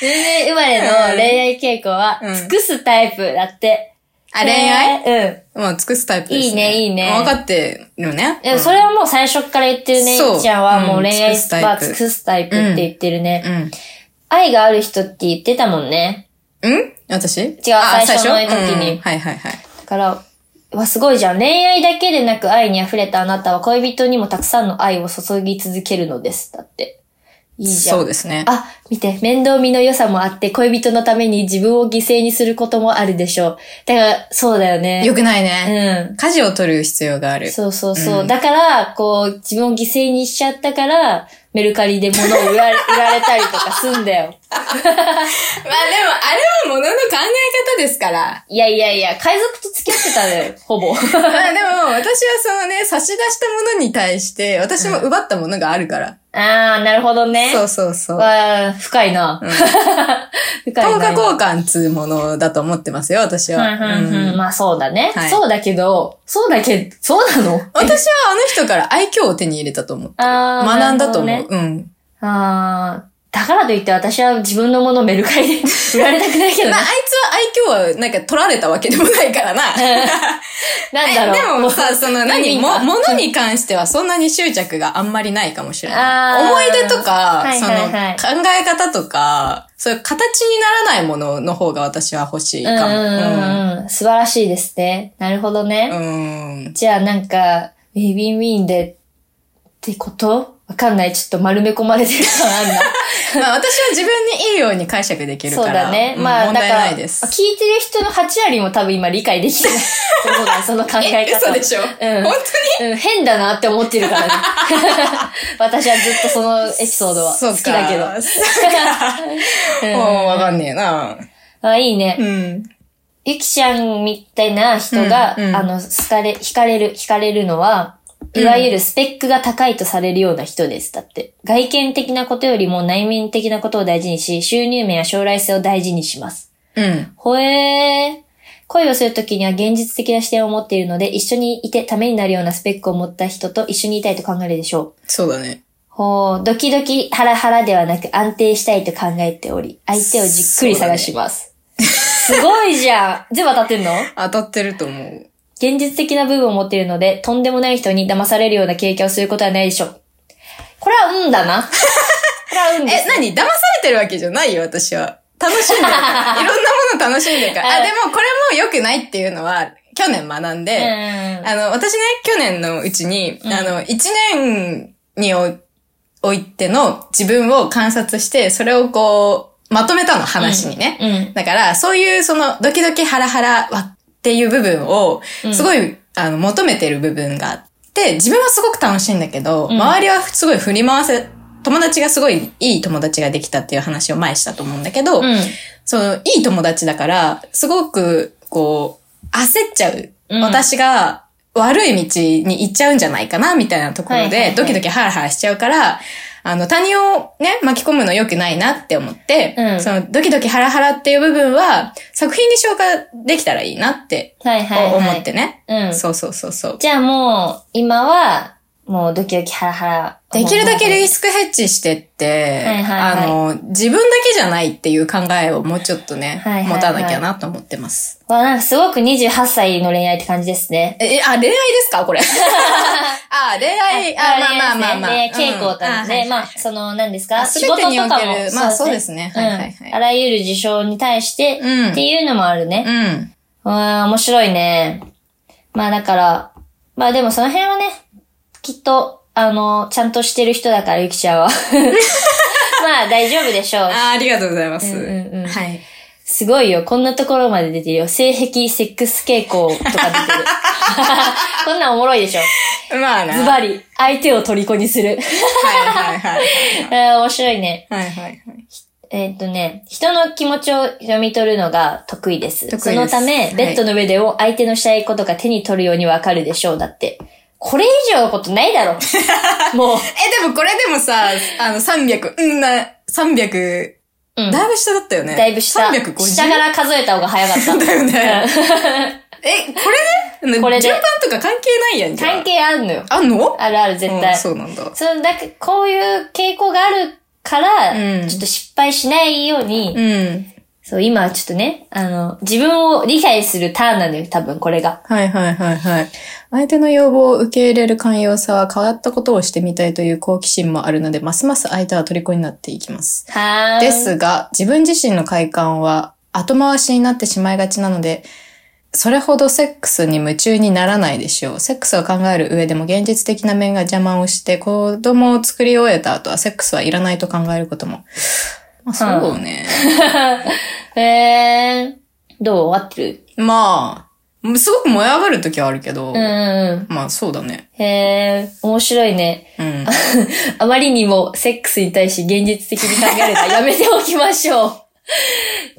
Speaker 1: 全然生まれの恋愛傾向は、
Speaker 2: うん
Speaker 1: 尽くすタイプだって。
Speaker 2: あ、恋愛
Speaker 1: うん。
Speaker 2: まあ、尽くすタイプですね。
Speaker 1: いいねいいね
Speaker 2: 分かってるよね。
Speaker 1: でもそれはもう最初から言ってるね、
Speaker 2: そう
Speaker 1: いっちゃんはもう
Speaker 2: うん
Speaker 1: 恋愛
Speaker 2: 尽くすタイプ
Speaker 1: は尽くすタイプって言ってるね。
Speaker 2: うん。
Speaker 1: 愛がある人って言ってたもんね。
Speaker 2: うん私違う、
Speaker 1: 最初の時に
Speaker 2: うんはいはいはい。
Speaker 1: だから、わ、すごいじゃん。恋愛だけでなく愛に溢れたあなたは恋人にもたくさんの愛を注ぎ続けるのです。だって。いいじゃん。
Speaker 2: そうですね。
Speaker 1: あ、見て、面倒見の良さもあって、恋人のために自分を犠牲にすることもあるでしょう。だから、そうだよね。
Speaker 2: よくないうね。
Speaker 1: ん。
Speaker 2: 家事を取る必要がある。
Speaker 1: そうそうそう。だから、こう、自分を犠牲にしちゃったから、メルカリで物を売られ売られたりとかすんだよ。
Speaker 2: まあでも、あれはものの考え方ですから。
Speaker 1: いやいやいや、海賊と付き合ってたのよ、ほ ぼ。
Speaker 2: まあでも、私はそのね、差し出したものに対して、私も奪ったものがあるから。
Speaker 1: あー、なるほどね。
Speaker 2: そうそうそう。
Speaker 1: わあ、 深いな。深い
Speaker 2: 等
Speaker 1: な。
Speaker 2: 価交換つうものだと思ってますよ、私は。
Speaker 1: うんうんうん。まあそうだね。
Speaker 2: はい
Speaker 1: そうだけど、そうだけど、そうなの
Speaker 2: 私はあの人から愛嬌を手に入れたと思う。
Speaker 1: あー
Speaker 2: 学んだと思う。
Speaker 1: なるほどね
Speaker 2: うん。
Speaker 1: あーだからといって私は自分のものをメルカリで 売られたくないけど
Speaker 2: まあ、
Speaker 1: な
Speaker 2: あい。つは愛嬌は、なんか取られたわけでもないから な。
Speaker 1: なんだろう。
Speaker 2: でもさ、その
Speaker 1: 何
Speaker 2: 何、も、
Speaker 1: か
Speaker 2: 物に関してはそんなに執着があんまりないかもしれ
Speaker 1: あ
Speaker 2: な
Speaker 1: ー
Speaker 2: い。思い出とか、
Speaker 1: はいはいはい
Speaker 2: その考え方とか、そういう形にならないものの方が私は欲しいかも。
Speaker 1: うんうんうん。素晴らしいですね。なるほどね。
Speaker 2: うん。うん。
Speaker 1: じゃあなんか、ウィンウィンウィンで、ってことわかんない。ちょっと丸め込まれてる感あんな。
Speaker 2: まあ私は自分にいいように解釈できる
Speaker 1: そ
Speaker 2: か
Speaker 1: う
Speaker 2: ら。
Speaker 1: だね。
Speaker 2: うん
Speaker 1: まあ、
Speaker 2: 問
Speaker 1: だ
Speaker 2: 題
Speaker 1: から、
Speaker 2: ない
Speaker 1: 聞いてる
Speaker 2: です。
Speaker 1: 人の8割も多分今理解できてないと思う から、その考え
Speaker 2: え、
Speaker 1: 方。
Speaker 2: 嘘でしょ、
Speaker 1: うん
Speaker 2: 本
Speaker 1: うん、変だなって思ってるからね。 私はずっとそのエピソードは
Speaker 2: 当
Speaker 1: 好
Speaker 2: に
Speaker 1: きだけど。
Speaker 2: ど。もうわかんねえな。
Speaker 1: あ、いいね。
Speaker 2: うん。
Speaker 1: ゆきちゃんみたいな人が、
Speaker 2: うんうん
Speaker 1: あの、好かれ、惹かれる、惹かれるのは、いわゆるスペックが高いとされるような人です。だって。外見的なことよりも内面的なことを大事にし、収入面や将来性を大事にします。
Speaker 2: うん。
Speaker 1: ほえー。恋をするときには現実的な視点を持っているので、一緒にいてためになるようなスペックを持った人と一緒にいたいと考えるでしょう。
Speaker 2: そうだね。
Speaker 1: ほう、ドキドキハラハラではなく安定したいと考えており、相手をじっくり探します。すごいじゃん全部当たってんの
Speaker 2: 当たってると思う。
Speaker 1: 現実的な部分を持っているので、とんでもない人に騙されるような経験をすることはないでしょう。これは運だ な。これは運です
Speaker 2: え、。何騙されてるわけじゃないよ、私は。楽しんでる から。いろんなもの楽しんでるから。あ、
Speaker 1: うん
Speaker 2: でもこれも良くないっていうのは、去年学んで、
Speaker 1: うん
Speaker 2: あの、私ね、去年のうちに、あの、1年におおいての自分を観察して、それをこう、まとめたの、話にね。
Speaker 1: うんうん
Speaker 2: だから、そういうその、ドキドキハラハラわっていう部分を、すごい、あの、求めてる部分があって、自分はすごく楽しいんだけど、周りはすごい振り回せ、友達がすごいいい友達ができたっていう話を前したと思うんだけど、
Speaker 1: うん。
Speaker 2: その、いい友達だから、すごく、こう、焦っちゃう。
Speaker 1: うん
Speaker 2: 私が悪い道に行っちゃうんじゃないかな、みたいなところ
Speaker 1: はいはいは
Speaker 2: で
Speaker 1: い、
Speaker 2: ドキドキハラハラしちゃうから、あの、他人をね、巻き込むの良くないなって思って、
Speaker 1: うん
Speaker 2: その、ドキドキハラハラっていう部分は、作品に消化できたらいいなって、
Speaker 1: はいはい、はい。
Speaker 2: 思ってね。
Speaker 1: うん。
Speaker 2: そうそうそうそう。
Speaker 1: じゃあもう、今は、もうドキドキハラハラ。
Speaker 2: できるだけリスクヘッジしてって、
Speaker 1: はいはいはい
Speaker 2: あの、自分だけじゃないっていう考えをもうちょっとね、
Speaker 1: はいはいはい
Speaker 2: 持たなきゃなと思ってます。
Speaker 1: わ、なんかすごく28歳の恋愛って感じですね。
Speaker 2: え、あ、恋愛ですか これ。あ、恋愛、あ、まあまあまあまあ。
Speaker 1: ね、傾向と
Speaker 2: うん
Speaker 1: の
Speaker 2: あ
Speaker 1: で、
Speaker 2: はい
Speaker 1: まあ、その、何ですか
Speaker 2: あ
Speaker 1: 仕事と
Speaker 2: 全てにお
Speaker 1: か
Speaker 2: ける
Speaker 1: も。
Speaker 2: まあそうですねはいはいはい
Speaker 1: うんあらゆる事象に対して、
Speaker 2: うん
Speaker 1: っていうのもあるね。
Speaker 2: うん。
Speaker 1: うーん、面白いね。まあだから、まあでもその辺はね、きっと、あの、ちゃんとしてる人だから、ゆきち ゃんは。まあ大丈夫でしょう。
Speaker 2: あ、ありがとうございます。
Speaker 1: うんうんうん
Speaker 2: はい。
Speaker 1: すごいよ。こんなところまで出てるよ。性癖、セックス傾向とか出 てる。こんなんおもろいでしょ。
Speaker 2: まあな。
Speaker 1: ズ
Speaker 2: はい
Speaker 1: バリ、相手を虜にする。
Speaker 2: はいはい。
Speaker 1: あー 面白いね。
Speaker 2: はい はいはい。
Speaker 1: えーっとね、人の気持ちを読み取るのが得意です。
Speaker 2: 得意です
Speaker 1: そのため、
Speaker 2: はい
Speaker 1: ベッドの上でを相手のしたいことが手に取るようにわかるでしょう。だって。これ以上のことない だろ。もう。
Speaker 2: え、でもこれでもさ、あの、300、うんな、300、
Speaker 1: うん。
Speaker 2: だいぶ下だったよね。
Speaker 1: だいぶ下。
Speaker 2: 350
Speaker 1: 下から数えた方が早かった。
Speaker 2: だよね。え、これで、ね、
Speaker 1: これで
Speaker 2: 順番とか関係ないやんじゃあ
Speaker 1: 関係あんのよ。
Speaker 2: あんの
Speaker 1: あるある、絶対。
Speaker 2: うんそうなんだ。
Speaker 1: その、だけこういう傾向があるから、
Speaker 2: うん
Speaker 1: ちょっと失敗しないように、
Speaker 2: うん。
Speaker 1: そう、今はちょっとね、あの、自分を理解するターンなのよ、多分これが。
Speaker 2: はいはいはいはい。相手の要望を受け入れる寛容さは変わったことをしてみたいという好奇心もあるので、ますます相手は虜になっていきます。
Speaker 1: はーい。
Speaker 2: ですが、自分自身の快感は後回しになってしまいがちなので、それほどセックスに夢中にならないでしょう。セックスを考える上でも現実的な面が邪魔をして、子供を作り終えた後はセックスはいらないと考えることも。まあそうね。
Speaker 1: へー。どう合ってる
Speaker 2: まあ、すごく燃え上がる時はあるけ
Speaker 1: う
Speaker 2: ど、
Speaker 1: んう
Speaker 2: まあそうだね。
Speaker 1: ん。へー。面白いね。
Speaker 2: うん。
Speaker 1: あまりにもセックスに対し現実的に考えるのはやめておきまし ょう。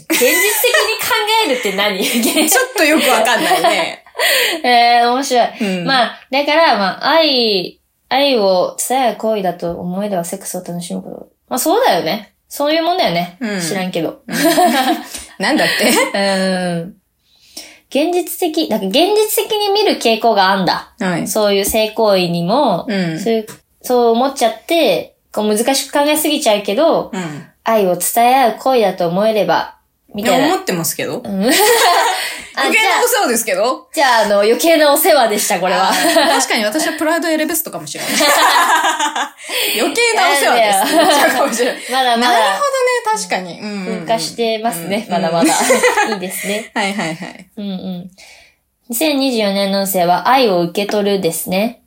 Speaker 1: 現実的に考えるって何
Speaker 2: ちょっとよくわかんない ね。
Speaker 1: えー、面白い。
Speaker 2: うん
Speaker 1: まあ、だから、まあ、愛、愛を伝える行為だと思いではセックスを楽しむこと。まあ、そうだよね。そういうもんだよね。
Speaker 2: うん
Speaker 1: 知らんけど。
Speaker 2: なんだって
Speaker 1: うん。現実的、なんか現実的に見る傾向があんだ。
Speaker 2: はい。
Speaker 1: そういう性行為にも、
Speaker 2: うん
Speaker 1: そういう、そう思っちゃって、こう難しく考えすぎちゃうけど、
Speaker 2: うん。
Speaker 1: 愛を伝え合う行為だと思えれば、み
Speaker 2: い
Speaker 1: たいな。
Speaker 2: や、思ってますけど。 余
Speaker 1: あ、じ
Speaker 2: 計
Speaker 1: ゃ
Speaker 2: なお世話ですけど。
Speaker 1: あ、じゃあ、あの、余計なお世話でした、これは。
Speaker 2: 確かに私はプライドエレベストかもしれない。 余計なお世話です。
Speaker 1: なんだよ
Speaker 2: 言っちゃうかもしれない。
Speaker 1: まだま
Speaker 2: なる
Speaker 1: だ
Speaker 2: ほ。どね、確かに。うんうんうん。
Speaker 1: 噴火してますね、まだまだ。いいですね。
Speaker 2: はいはいはい。
Speaker 1: うんうん。2024年の運勢は愛を受け取るですね。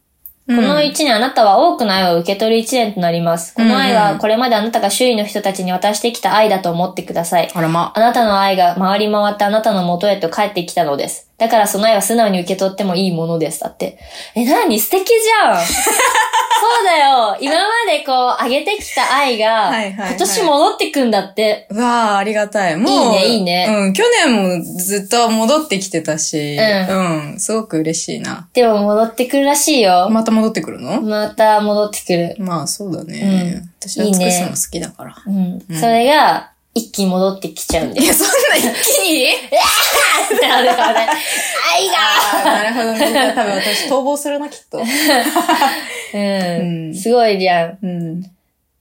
Speaker 2: こ
Speaker 1: この1年あなたは多くの愛を受け取る1年となります。この愛
Speaker 2: うんう
Speaker 1: は
Speaker 2: ん
Speaker 1: これまであなたが周囲の人たちに渡してきた愛だと思ってください。
Speaker 2: あらま。
Speaker 1: あなたの愛が回り回ってあなたの元へと帰ってきたのです。だからその愛は素直に受け取ってもいいものです。だって。え、なに素敵じ ゃんそうだよ今までこう、上げてきた愛が、
Speaker 2: はいはいはい
Speaker 1: 今年戻ってくんだって。
Speaker 2: うわあ、ありがたい。もう。
Speaker 1: いいねいいね
Speaker 2: うん、去年もずっと戻ってきてたし。
Speaker 1: うん
Speaker 2: うん、すごく嬉しいな。
Speaker 1: でも戻ってくるらしいよ。
Speaker 2: また戻ってくるの
Speaker 1: また戻ってくる。
Speaker 2: まあ、そうだね。
Speaker 1: うん
Speaker 2: 私は尽くすの好きだから。
Speaker 1: うん。それが、一気に戻ってきちゃうんで
Speaker 2: い。や、そんな一気 に
Speaker 1: ってなるからね。愛
Speaker 2: あーなるほどね。多分私逃亡するな、きっと。
Speaker 1: がうん。
Speaker 2: うん
Speaker 1: すごいじゃん。
Speaker 2: うん。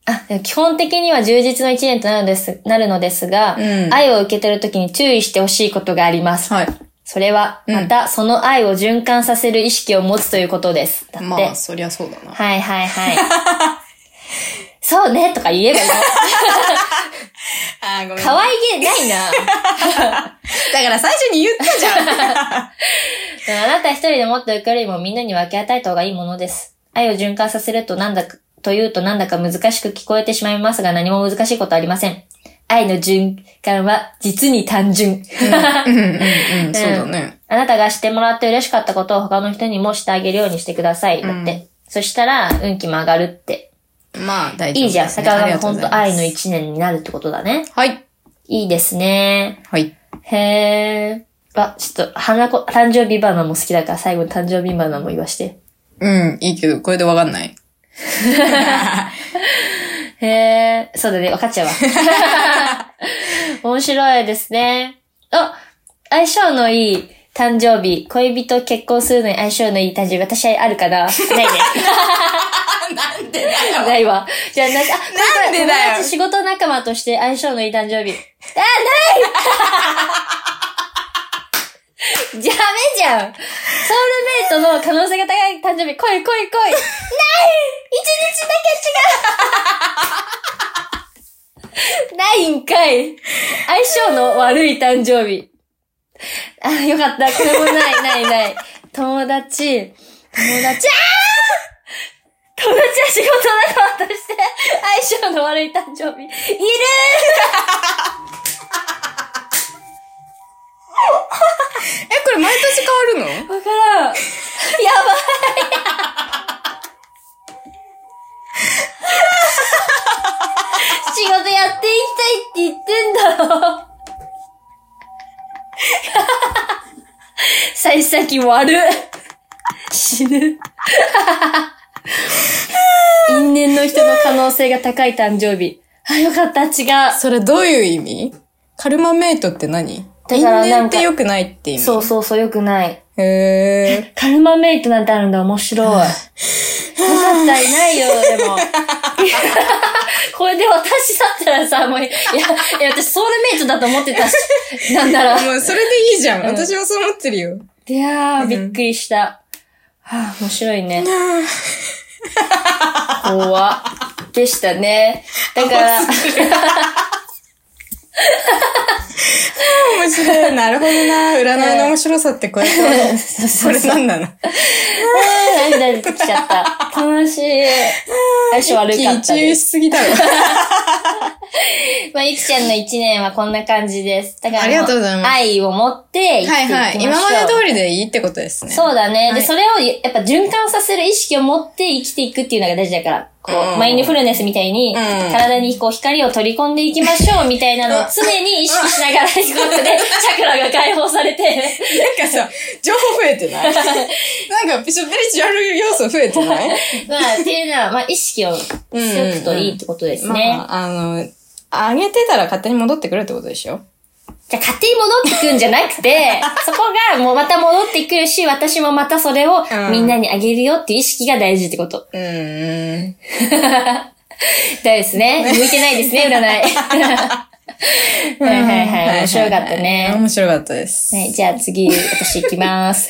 Speaker 1: あ、でも基本的には充実の一年となるのです、なるのですが、
Speaker 2: うん
Speaker 1: 愛を受け取るときに注意してほしいことがあります。
Speaker 2: はい。
Speaker 1: それは、
Speaker 2: うん
Speaker 1: また、その愛を循環させる意識を持つということです。だって。
Speaker 2: まあ、そりゃそうだな。
Speaker 1: はいはいはい。そうね、とか言え ばいいの。
Speaker 2: あーごめん。だ
Speaker 1: 可愛げないな。
Speaker 2: から最初に言ったじゃん。
Speaker 1: あなた一人で持っておくよりもみんなに分け与えた方がいいものです。愛を循環させるとなんだか、というとなんだか難しく聞こえてしまいますが何も難しいことはありません。愛の循環は実に単純。
Speaker 2: うんうんうん、そうだね。
Speaker 1: あなたがしてもらって嬉しかったことを他の人にもしてあげるようにしてください。だって。そしたら運気も上がるって。
Speaker 2: まあ、大丈夫
Speaker 1: いいじゃん。
Speaker 2: です
Speaker 1: だ
Speaker 2: ね
Speaker 1: か
Speaker 2: あり
Speaker 1: ら
Speaker 2: がとう
Speaker 1: 本
Speaker 2: ござい
Speaker 1: 当
Speaker 2: ます
Speaker 1: 愛の一年になるってことだね。
Speaker 2: はい。
Speaker 1: いいですね。
Speaker 2: はい。
Speaker 1: へー。あ、ちょっと、花子、誕生日バナナも好きだから最後に誕生日バナナも言わして。
Speaker 2: うん、いいけど、これでわかんない。
Speaker 1: へえ、そうだね、分かっちゃうわ。面白いですね。あ、相性のいい誕生日、恋人結婚するのに相性のいい誕生日、私はあるかなないね。
Speaker 2: なんでだよ。
Speaker 1: ないわ。じゃあ、な、あ、
Speaker 2: なんでだよ
Speaker 1: 友達仕事仲間として相性のいい誕生日。あ、ない ダメじゃんソウルメイトの可能性が高い誕生日、来い来い来いない一日だけ違うないんかい相性の悪い誕生日。あ、よかった。これもない、ない、ない。友達、友達、友達は仕事仲間として相性の悪い誕生日、いるー
Speaker 2: え、これ毎年変わるの
Speaker 1: わからん。やばい。仕事やっていきたいって言ってんだろ。幸先悪い。死 ぬ。因縁の人の可能性が高い誕生日。あ、よかった、違う。
Speaker 2: それどういう意味カルマメイトって何
Speaker 1: だ
Speaker 2: 因
Speaker 1: からな
Speaker 2: 縁
Speaker 1: ん
Speaker 2: っ
Speaker 1: か
Speaker 2: て良くないって意味
Speaker 1: そうそうそう、よくない。
Speaker 2: へ
Speaker 1: カルマメイトなんてあるんだ、面白い。よかった、いない よ、でも。 これで私だったらさ、もう、いや、いや、私ソウルメイトだと思ってたし、 なんなら
Speaker 2: ー。。もうそれでいいじゃん。
Speaker 1: うん
Speaker 2: 私はそう思ってるよ。
Speaker 1: いやー、びっくりした。はあ、面白いね。怖っでしたね。だから、
Speaker 2: 面白い。なるほどな。占いの面白さってこうやって。そ れなんなの
Speaker 1: あー涙出てきちゃった。悲しい。相性悪かった
Speaker 2: 一
Speaker 1: で
Speaker 2: 遊
Speaker 1: す。
Speaker 2: しすぎだろ。
Speaker 1: まあ、ゆきちゃんの1年はこんな感じです。だから、
Speaker 2: ありがとうございます
Speaker 1: 愛を持って生きていきまし
Speaker 2: はい
Speaker 1: ょう。
Speaker 2: はい。今まで通りでいいってことですね。
Speaker 1: そうだね。
Speaker 2: はい
Speaker 1: で、それをやっぱ循環させる意識を持って生きていくっていうのが大事だから、こう、
Speaker 2: うん
Speaker 1: マインドフルネスみたいに、
Speaker 2: うん
Speaker 1: 体にこう光を取り込んでいきましょうみたいなのを常に意識しながら生きる ことで、チャクラが解放されて、
Speaker 2: なんかさ、情報増え てないなんかビジュアル要素増えてない
Speaker 1: まあ、っていうのは、まあ、意識を強くといいってことですね。
Speaker 2: まあ、あの、あげてたら勝手に戻ってくるってことでしょ
Speaker 1: じゃあ、勝手に戻ってくんじゃなく て、そこがもうまた戻ってくるし、私もまたそれを
Speaker 2: うん
Speaker 1: みんなにあげるよっていう意識が大事ってこと。
Speaker 2: うーん。
Speaker 1: だです ね。向いてないですね、占い。はいはいはい。面白かったね。
Speaker 2: 面白かったです。
Speaker 1: はい、じゃあ次、私行き ます。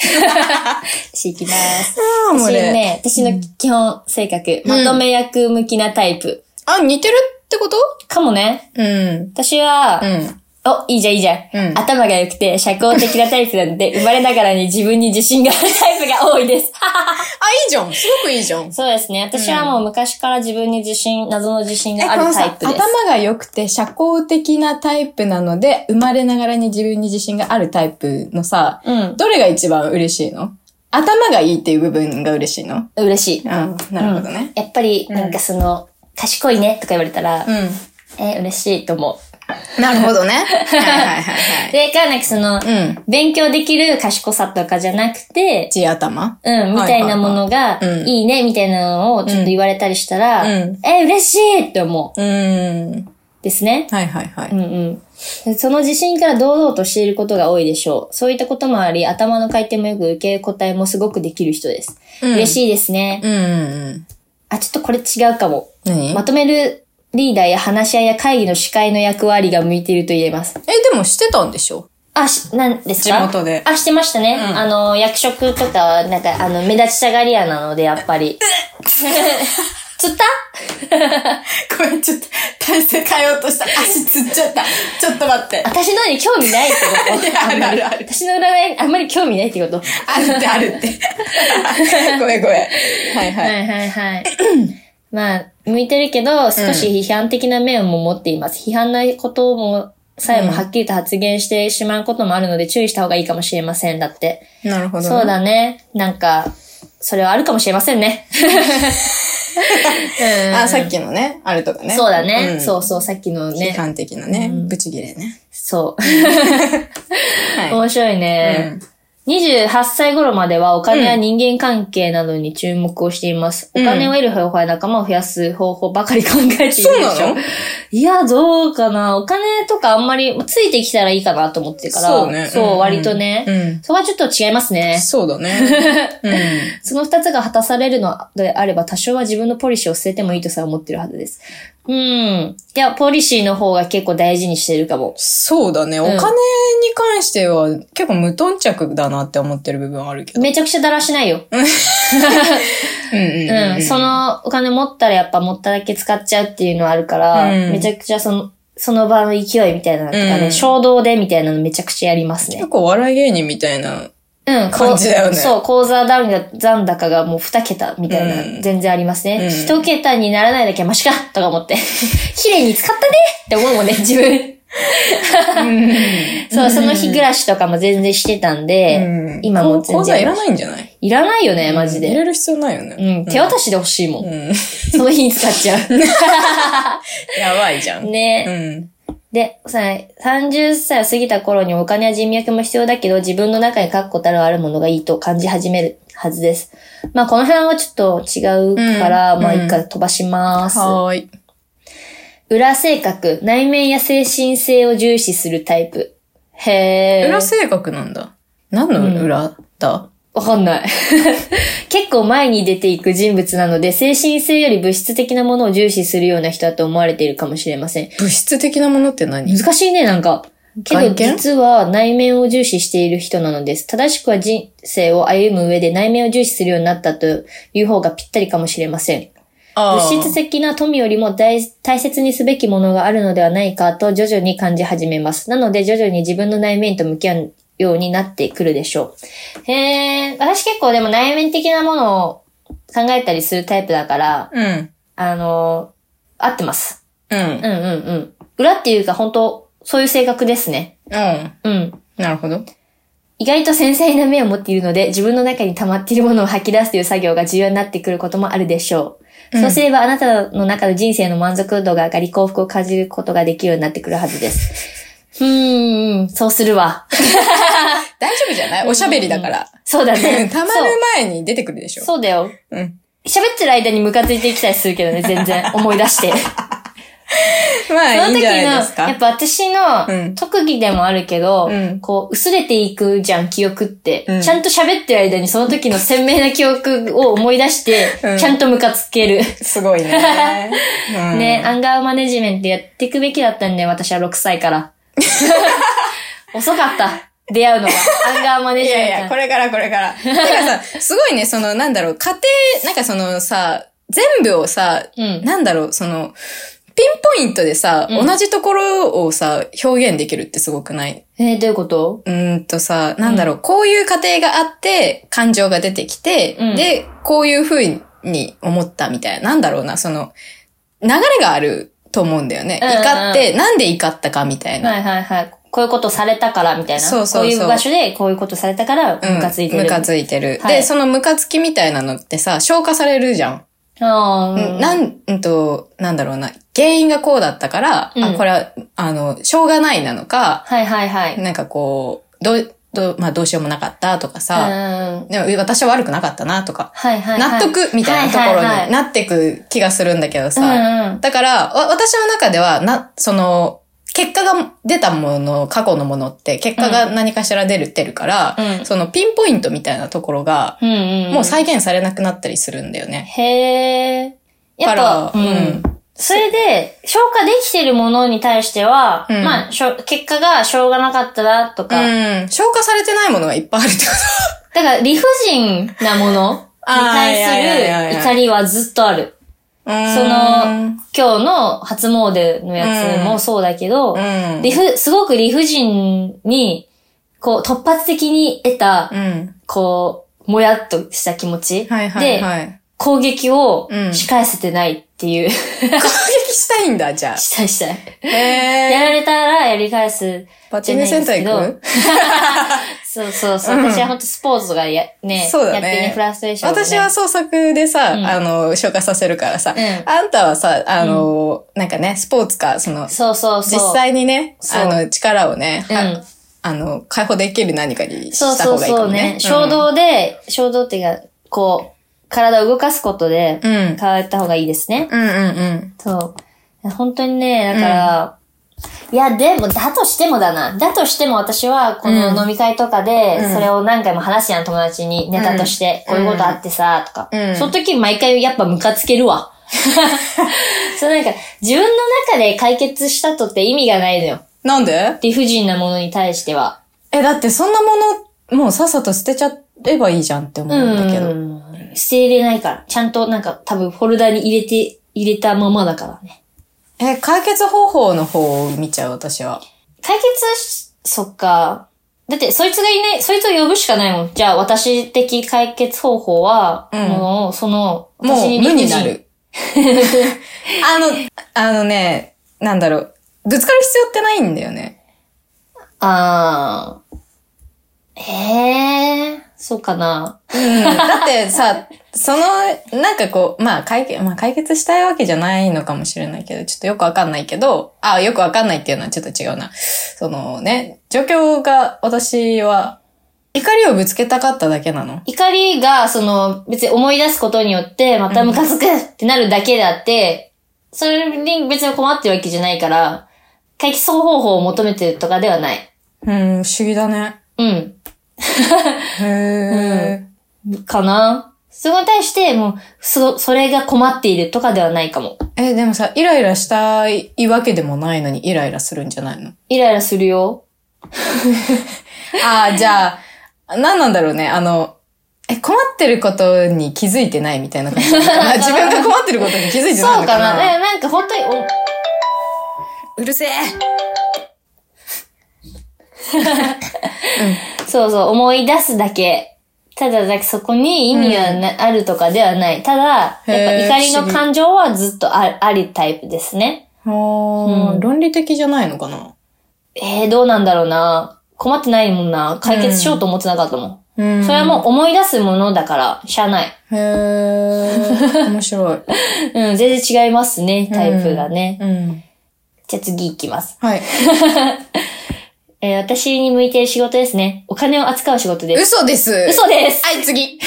Speaker 1: 私行きます。
Speaker 2: ああ、も
Speaker 1: 私
Speaker 2: うね。
Speaker 1: ね、私の基本性格、まとめ役向きなタイプ。
Speaker 2: あ、似てるってこと
Speaker 1: かもね。
Speaker 2: うん。
Speaker 1: 私は、
Speaker 2: うん。
Speaker 1: お、いいじゃんいいじゃん。
Speaker 2: うん
Speaker 1: 頭が良くて社交的なタイプなんで、生まれながらに自分に自信があるタイプが多い です。
Speaker 2: あ、いいじゃん。すごくいいじゃん。
Speaker 1: そうですね。私はもう昔から自分に自信、謎の自信があるタイプです。
Speaker 2: 頭が良くて社交的なタイプなので、生まれながらに自分に自信があるタイプのさ、
Speaker 1: うん
Speaker 2: どれが一番嬉しいの頭がいいっていう部分が嬉しいの
Speaker 1: 嬉しい。
Speaker 2: うん、なるほどね。
Speaker 1: やっぱり、なんかその、賢いねとか言われたら、
Speaker 2: う
Speaker 1: えー、嬉しいと思
Speaker 2: ん。なるほど ね。はいはいは
Speaker 1: う。で、か、なんかその、
Speaker 2: いはい。うん。
Speaker 1: 勉強できる賢さとかじゃなくて、
Speaker 2: 地頭
Speaker 1: うん、みたいなものが
Speaker 2: いはいはい、うん
Speaker 1: いいね、みたいなのをちょっと言われたりしたら、
Speaker 2: うん
Speaker 1: えー、嬉しいって思う。
Speaker 2: うーん。
Speaker 1: ですね。
Speaker 2: はいはいは
Speaker 1: う
Speaker 2: い。
Speaker 1: んうんで。その自信から堂々としていることが多いでしょう。そういったこともあり、頭の回転もよく受け答えもすごくできる人です。
Speaker 2: うん
Speaker 1: 嬉しいですね。
Speaker 2: うんうんうん。
Speaker 1: あ、ちょっとこれ違うかも。
Speaker 2: 何
Speaker 1: まとめるリーダーや話し合いや会議の司会の役割が向いていると言えます。
Speaker 2: え、でもしてたんでしょ
Speaker 1: あ、し、なんですか
Speaker 2: 地元で
Speaker 1: あ、してましたね。あの、役職とかは、なんか、あの、目立ちたがり屋なので、やっぱり。 釣った
Speaker 2: ごめん、ちょっと、体勢変えようとした。足つっちゃった。ちょっと待って。
Speaker 1: 私のに興味ないってこ
Speaker 2: い
Speaker 1: と
Speaker 2: やあるあるある
Speaker 1: んまり私の占いにあんまり興味ないってこと
Speaker 2: あるってある って。ごめんごめん。はいは。
Speaker 1: はいいはいはい。まあ、向いてるけど、少し批判的な面も持っています。批判なことも、さえもはっきりと発言してしまうこともあるので、注意した方がいいかもしれません。だって。
Speaker 2: なるほどね。
Speaker 1: そうだね。なんか、それはあるかもしれませんね。うん
Speaker 2: あ、さっきのね、あれとかね。
Speaker 1: そうだね、
Speaker 2: ん
Speaker 1: そうそう、さっきの
Speaker 2: 批
Speaker 1: ね。
Speaker 2: 判的なね、ブチギレね。
Speaker 1: そう。
Speaker 2: は
Speaker 1: 面白いね、28歳頃まではお金や人間関係などに注目をしています。
Speaker 2: ん
Speaker 1: お金を得る方法や仲間を増やす方法ばかり考えているでしょ
Speaker 2: そうなの
Speaker 1: いや、どうかな。お金とかあんまりついてきたらいいかなと思ってるから。
Speaker 2: そうねうんうん
Speaker 1: 割とね。
Speaker 2: うん
Speaker 1: そこはちょっと違いますね
Speaker 2: い。。そう だね。うん。
Speaker 1: その二つが果たされるのであれば、多少は自分のポリシーを捨ててもいいとさえ思ってるはずです。うん。いや、ポリシーの方が結構大事にしてるかも。
Speaker 2: そうだね。お金に関しては結構無頓着だなって思ってる部分はあるけど。
Speaker 1: めちゃくちゃだらしないよ。
Speaker 2: うんうんうん。
Speaker 1: うん、そのお金持ったらやっぱ持っただけ使っちゃうっていうのはあるから、
Speaker 2: うん
Speaker 1: めちゃくちゃその、その場の勢いみたいなのとかね、
Speaker 2: うん
Speaker 1: 衝動でみたいなのめちゃくちゃやりますね
Speaker 2: 結。構お笑い芸人みたいな。
Speaker 1: うん、こう
Speaker 2: 感じだよね
Speaker 1: そう、口座残高残高がもう2桁みたいな、
Speaker 2: うん
Speaker 1: 全然ありますね。
Speaker 2: うん
Speaker 1: 一、桁にならないだけはマシかとか思って、 綺麗に使ったねって思うも んね、自分。そう、その日暮らしとかも全然してたんで、
Speaker 2: うん
Speaker 1: 今もう全
Speaker 2: 口座
Speaker 1: 然
Speaker 2: いらないんじゃない
Speaker 1: いらないよね、マジ
Speaker 2: 入
Speaker 1: で。
Speaker 2: れる必要ないよ
Speaker 1: う
Speaker 2: ね。
Speaker 1: ん、手渡しで欲しいもん。
Speaker 2: うん。
Speaker 1: その日に使っちゃ
Speaker 2: やばいじゃ
Speaker 1: う。
Speaker 2: ん。
Speaker 1: ね。
Speaker 2: うん。
Speaker 1: で、さ、30歳を過ぎた頃にお金や人脈も必要だけど、自分の中に確固たるあるものがいいと感じ始めるはずです。まあ、この辺はちょっと違うから、
Speaker 2: うん
Speaker 1: まあ、
Speaker 2: うん
Speaker 1: 一回飛ばします。
Speaker 2: はーい。
Speaker 1: 裏性格、内面や精神性を重視するタイプ。へえ。
Speaker 2: 裏性格なんだ。何の裏だ、
Speaker 1: わかんない。 結構前に出ていく人物なので、精神性より物質的なものを重視するような人だと思われているかもしれません。
Speaker 2: 物質的なものって何
Speaker 1: 難しいね、なんか。けど
Speaker 2: 外見
Speaker 1: 実は内面を重視している人なのです。正しくは人生を歩む上で内面を重視するようになったという方がぴったりかもしれません。
Speaker 2: あ
Speaker 1: 物質
Speaker 2: ー
Speaker 1: 的な富よりも大大切にすべきものがあるのではないかと徐々に感じ始めます。なので徐々に自分の内面と向き合うようになってくるでしょう。へえ、私結構でも内面的なものを考えたりするタイプだから、
Speaker 2: うん。
Speaker 1: あの合ってます。
Speaker 2: うん
Speaker 1: う。んうんうん。裏っていうか本当そういう性格ですね。
Speaker 2: うん。
Speaker 1: うん。
Speaker 2: なるほど。
Speaker 1: 意外と繊細な目を持っているので、自分の中に溜まっているものを吐き出すという作業が重要になってくることもあるでしょう。そうすれば、あなたの中の人生の満足度が上がり、幸福を感じることができるようになってくるはずです。うーん、そうするわ。
Speaker 2: 大丈夫じゃないおしゃべりだから。
Speaker 1: そうだね。
Speaker 2: たまる前に出てくるでし
Speaker 1: そう
Speaker 2: ょ。
Speaker 1: そうだよ。
Speaker 2: うん。
Speaker 1: 喋ってる間にムカついてきたりするけどね、全然。思い出して。
Speaker 2: まあ、
Speaker 1: その時の、
Speaker 2: いいんじゃないです
Speaker 1: やっ
Speaker 2: か。
Speaker 1: ぱ私
Speaker 2: う
Speaker 1: の
Speaker 2: ん
Speaker 1: 特技でもあるけど、
Speaker 2: うん
Speaker 1: こう、薄れていくじゃん、記憶って。
Speaker 2: うん
Speaker 1: ちゃんと喋ってる間にその時の鮮明な記憶を思い出して、
Speaker 2: うん
Speaker 1: ちゃんとムカつける。
Speaker 2: すごい ね。うん
Speaker 1: ね、アンガーマネジメントやっていくべきだったんだよ、私は6歳 から。遅かった。出会うのが。アンガーマネ
Speaker 2: い
Speaker 1: ジメント。
Speaker 2: やいや、これからこれから。てかさ、すごいね、その、なんだろう、家庭、なんかそのさ、全部をさ、
Speaker 1: うん
Speaker 2: なんだろう、その、ピンポイントでさ、
Speaker 1: うん
Speaker 2: 同じところをさ、表現できるってすごくない
Speaker 1: えーどういうこと
Speaker 2: うーんとさ、なんだろう、こういう過程があって、感情が出てきて、
Speaker 1: うん
Speaker 2: で、こういう風に思ったみたいな、なんだろうな、その、流れがあると思うんだよね。
Speaker 1: うんうんうん
Speaker 2: 怒って、なんで怒ったかみたいな。
Speaker 1: はいはいはい。こういうことされたから、みたいな。
Speaker 2: そうそうそう
Speaker 1: こういう場所でこういうことされたから、
Speaker 2: うん
Speaker 1: ムカついてる。
Speaker 2: ムカついてる。
Speaker 1: はい
Speaker 2: で、そのムカつきみたいなのってさ、消化されるじゃん。
Speaker 1: あーうん
Speaker 2: なん、うんと、なんだろうな。原因がこうだったから、
Speaker 1: うん
Speaker 2: あ、これは、あの、しょうがないなのか、
Speaker 1: はいはいはい。
Speaker 2: なんかこう、どう、どう、まあどうしようもなかったとかさ、
Speaker 1: うん。
Speaker 2: でも私は悪くなかったなとか、
Speaker 1: はいはい、は
Speaker 2: 納
Speaker 1: い。
Speaker 2: 得みたいなところ
Speaker 1: はいはい
Speaker 2: に
Speaker 1: はい
Speaker 2: なってく気がするんだけどさ、
Speaker 1: うんうん。
Speaker 2: だから、わ私の中では、な、その、結果が出たもの、過去のものって、結果が何かしら出る、出るから、
Speaker 1: うん
Speaker 2: そのピンポイントみたいなところが、
Speaker 1: うんうん。
Speaker 2: もう再現されなくなったりするんだよね。
Speaker 1: へー。やっぱ、
Speaker 2: からうん
Speaker 1: それで、消化できてるものに対しては、
Speaker 2: うん
Speaker 1: まあ、しょ結果がしょうがなかったな、とか、
Speaker 2: うん。消化されてないものがいっぱいあるってこ
Speaker 1: だから理不尽なもの に
Speaker 2: あーいやいや
Speaker 1: 対す
Speaker 2: いやい
Speaker 1: る
Speaker 2: や
Speaker 1: 怒りはずっとある。
Speaker 2: と。
Speaker 1: そ
Speaker 2: うん
Speaker 1: の、今日の初詣のやつもそうだけど、
Speaker 2: うん。
Speaker 1: 理不、すごく理不尽に、こう、突発的に得た
Speaker 2: う、ん。
Speaker 1: こう、もやっとした気持ち。
Speaker 2: はいはい
Speaker 1: で、
Speaker 2: はい。
Speaker 1: 攻撃を
Speaker 2: うん
Speaker 1: 仕返せてないっていう、
Speaker 2: 攻撃したいんだ、じゃ
Speaker 1: したいしたい。
Speaker 2: あ。へ
Speaker 1: や
Speaker 2: え。
Speaker 1: られたらやり返す。
Speaker 2: バッティングセンター行く
Speaker 1: そうそうそう。
Speaker 2: うん
Speaker 1: 私は本当スポーツとかや、ね、
Speaker 2: そうだね
Speaker 1: やってね、フラストレーション、ね。
Speaker 2: 私は、創作でさ、
Speaker 1: うん
Speaker 2: あの、消化させるからさ、
Speaker 1: うん
Speaker 2: あんたはさ、あの、なんかね、スポーツか、その、
Speaker 1: そうそうそう。
Speaker 2: 実際にね、
Speaker 1: そう
Speaker 2: あの、力をね、
Speaker 1: うん
Speaker 2: はあの、解放できる何かにし
Speaker 1: そう
Speaker 2: た
Speaker 1: そ
Speaker 2: 方
Speaker 1: う
Speaker 2: がいいか
Speaker 1: そ
Speaker 2: も
Speaker 1: うね
Speaker 2: ね。。
Speaker 1: 衝動で、衝動っていうか、こう、体を動かすことで、
Speaker 2: うん。うん。
Speaker 1: 変わった方がいいですね。
Speaker 2: うんうんうん。
Speaker 1: そう。本当にね、だから、いや、でも、だとしてもだな。だとしても私は、こ
Speaker 2: うん
Speaker 1: の飲み会とかで、
Speaker 2: うん
Speaker 1: それを何回も話すやん、友達にネタとして、
Speaker 2: うん
Speaker 1: こういうことあってさ、とか。
Speaker 2: うん
Speaker 1: その時毎回やっぱムカつける わ。そうなんか、自分の中で解決したとって意味がないのよ。
Speaker 2: なんで
Speaker 1: 理不尽なものに対しては。
Speaker 2: え、だってそんなもの、もうさっさと捨てちゃえばいいじゃんって思うんだけど。
Speaker 1: うん。捨て入れないから。ちゃんとなんか多分フォルダに入れて、入れたままだからね。
Speaker 2: え、解決方法の方を見ちゃう、私は。
Speaker 1: 解決し、そっか。だって、そいつがいない、そいつを呼ぶしかないもん。じゃあ、私的解決方法は、
Speaker 2: うん
Speaker 1: もう、その、
Speaker 2: もう
Speaker 1: 私理
Speaker 2: 無
Speaker 1: 不
Speaker 2: に
Speaker 1: 尽
Speaker 2: な。る。 あの、あのね、なんだろう。ぶつかる必要ってないんだよね。
Speaker 1: あー。へえー、そうかな。
Speaker 2: うん。だってさ、その、なんかこう、まあ解決、まあ解決したいわけじゃないのかもしれないけど、ちょっとよくわかんないけど、あ、よくわかんないっていうのはちょっと違うな。そのね、状況が私は、怒りをぶつけたかっただけなの。
Speaker 1: 怒りが、その、別に思い出すことによって、またムカつくってなるだけであって、それに別に困ってるわけじゃないから、解決方法を求めてるとかではない。
Speaker 2: うん、不思議だね。
Speaker 1: うん。
Speaker 2: へえ。
Speaker 1: かな。そこに対して、もう、そ、それが困っているとかではないかも。
Speaker 2: え、でもさ、イライラしたいわけでもないのにイライラするんじゃないの
Speaker 1: イライラするよ。
Speaker 2: ああ、じゃあ、何なんだろうね。あの、え、困ってることに気づいてないみたいな感じなの かな。自分が困ってることに気づいて
Speaker 1: そう
Speaker 2: ないの
Speaker 1: か
Speaker 2: か
Speaker 1: な。だ
Speaker 2: な。
Speaker 1: からなんか本当にお、
Speaker 2: うるせえ
Speaker 1: そうそう、思い出すだけ。ただ、だけそこに意味がな、あるとかではない。ただ、やっぱ
Speaker 2: へー
Speaker 1: 怒りの感情はずっとあありタイプですね。
Speaker 2: ああ、論理的じゃないのかな。
Speaker 1: えー、どうなんだろうな。困ってないもんな。解決しようと思ってなかったもん。
Speaker 2: うん
Speaker 1: それはもう思い出すものだから、しゃあない。
Speaker 2: へ え、面白い。
Speaker 1: うん、全然違いますね、タイプがね。
Speaker 2: うん。
Speaker 1: じゃあ次行きます。
Speaker 2: はい。
Speaker 1: えー私に向いてる仕事ですね。お金を扱う仕事です。
Speaker 2: 嘘です。
Speaker 1: 嘘です
Speaker 2: はい、次。絶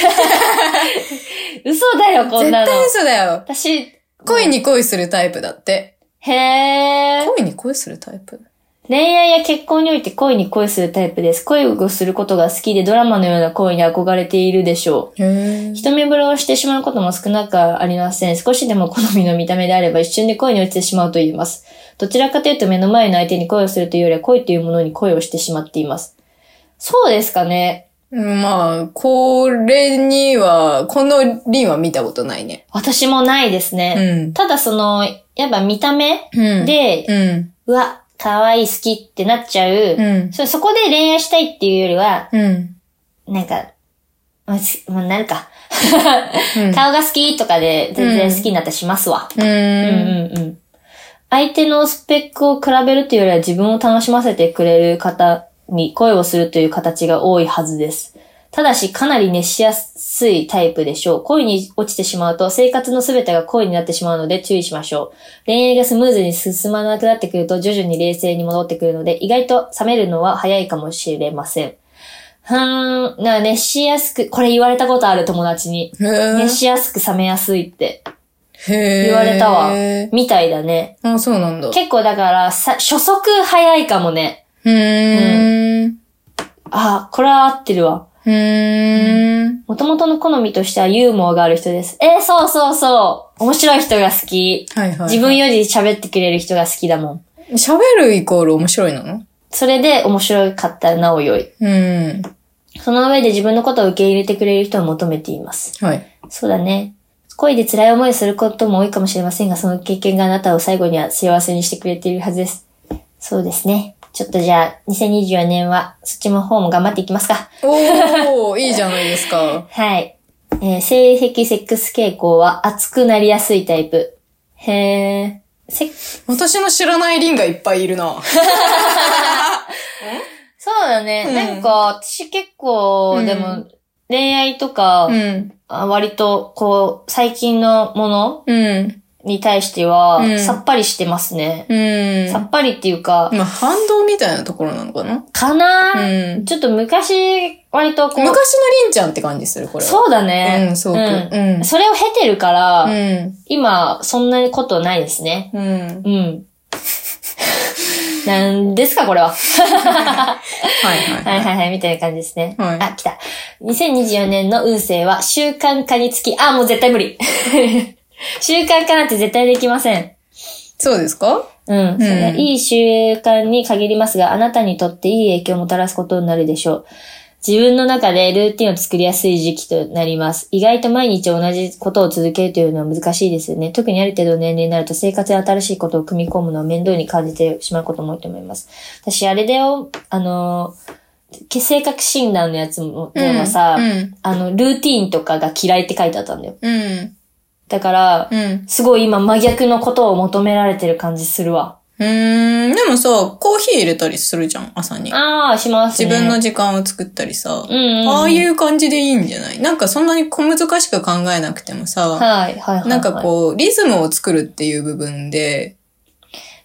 Speaker 1: 嘘だよ、こんなの。
Speaker 2: 対嘘だよ。
Speaker 1: 私、
Speaker 2: 恋に恋するタイプだって。
Speaker 1: へー。
Speaker 2: 恋に恋するタイプ
Speaker 1: 恋愛や結婚において恋に恋するタイプです。恋をすることが好きでドラマのような恋に憧れているでしょ
Speaker 2: へえ
Speaker 1: う。。一目惚れをしてしまうことも少なくありません。少しでも好みの見た目であれば一瞬で恋に落ちてしまうと言います。どちらかというと目の前の相手に恋をするというよりは恋というものに恋をしてしまっています。そうですかね。
Speaker 2: まあ、これには、この輪は見たことないね。
Speaker 1: 私もないです
Speaker 2: う
Speaker 1: ね。
Speaker 2: ん。
Speaker 1: ただその、やっぱ見た目
Speaker 2: うん、
Speaker 1: で、う
Speaker 2: うん。
Speaker 1: わ、可愛い好きってなっちゃう。
Speaker 2: うん。
Speaker 1: そそこで恋愛したいっていうよりは、
Speaker 2: うん。
Speaker 1: なんか、もうし、もうなるか。
Speaker 2: うん
Speaker 1: 顔が好きとかで全然好きになったりしますわ。
Speaker 2: う
Speaker 1: うん
Speaker 2: ん。
Speaker 1: うんうん。相手のスペックを比べるというよりは自分を楽しませてくれる方に恋をするという形が多いはずです。ただし、かなり熱しやすいタイプでしょう。恋に落ちてしまうと、生活のすべてが恋になってしまうので注意しましょう。恋愛がスムーズに進まなくなってくると、徐々に冷静に戻ってくるので、意外と冷めるのは早いかもしれません。うーん、な、熱しやすく、これ言われたことある友達に。
Speaker 2: へえ
Speaker 1: 熱しやすく冷めやすいって
Speaker 2: へえ
Speaker 1: 言われたわ。みたいだね。
Speaker 2: あ、そうなんだ。
Speaker 1: 結構だから、さ、初速早いかもね。
Speaker 2: うーん。
Speaker 1: あ、これは合ってるわ。
Speaker 2: うーん。
Speaker 1: 元々の好みとしてはユーモアがある人です。えーそうそうそう。面白い人が好き。
Speaker 2: はいはい。
Speaker 1: 自分より喋ってくれる人が好きだもん。
Speaker 2: 喋るイコール面白いなの
Speaker 1: それで面白かったらなお良い。
Speaker 2: うん。
Speaker 1: その上で自分のことを受け入れてくれる人を求めています。
Speaker 2: はい。
Speaker 1: そうだね。恋で辛い思いをすることも多いかもしれませんが、その経験があなたを最後には幸せにしてくれているはずです。そうですね。ちょっとじゃあ、2024年は、そっちの方も頑張っていきますか。
Speaker 2: おー、いいじゃないですか。
Speaker 1: はい。えー性癖セックス傾向は熱くなりやすいタイプ。へえ。セッ
Speaker 2: 私の知らない輪がいっぱいいるな。
Speaker 1: そうだね。
Speaker 2: うん
Speaker 1: なんか、私結構、
Speaker 2: うん
Speaker 1: でも、恋愛とか、
Speaker 2: ん。
Speaker 1: あ割と、こう、最近のもの
Speaker 2: うん。
Speaker 1: に対しては、
Speaker 2: うん
Speaker 1: さっぱりしてますね。
Speaker 2: うん
Speaker 1: さ。っぱりっていうか、
Speaker 2: まあ、反動みたいなところなのかな
Speaker 1: かなー、
Speaker 2: うん。
Speaker 1: ちょっと昔、割とこ
Speaker 2: 昔の
Speaker 1: う、
Speaker 2: りんちゃんって感じする、これは。
Speaker 1: そうだね。
Speaker 2: うん、すごく。うん。
Speaker 1: それを経てるから、
Speaker 2: うん。
Speaker 1: 今、そんなことないですね。
Speaker 2: うん。
Speaker 1: うん。なんですか、これは。
Speaker 2: はいは。
Speaker 1: はいいはいはい、みたいな感じですね。
Speaker 2: はい
Speaker 1: あ、来た。2024年の運勢は、習慣化につき、あ、もう絶対無理。 習慣化なんて絶対できません。
Speaker 2: そうですか
Speaker 1: うん。それはいい習慣に限りますが、あなたにとっていい影響をもたらすことになるでしょう。自分の中でルーティンを作りやすい時期となります。意外と毎日同じことを続けるというのは難しいですよね。特にある程度の年齢になると生活や新しいことを組み込むのは面倒に感じてしまうことも多いと思います。私、あれだよ、あの、性格診断のやつも、でもさ、
Speaker 2: うん。
Speaker 1: あの、ルーティンとかが嫌いって書いてあったんだよ。
Speaker 2: うん。
Speaker 1: だから、
Speaker 2: うん。
Speaker 1: すごい今真逆のことを求められてる感じするわ。
Speaker 2: うーん。でもさ、コーヒー入れたりするじゃん、朝に。
Speaker 1: ああ、します、ね。
Speaker 2: 自分の時間を作ったりさ。
Speaker 1: うんうん、
Speaker 2: ああいう感じでいいんじゃないなんかそんなに小難しく考えなくてもさ、
Speaker 1: はい、はい、はい。
Speaker 2: なんかこう、リズムを作るっていう部分で、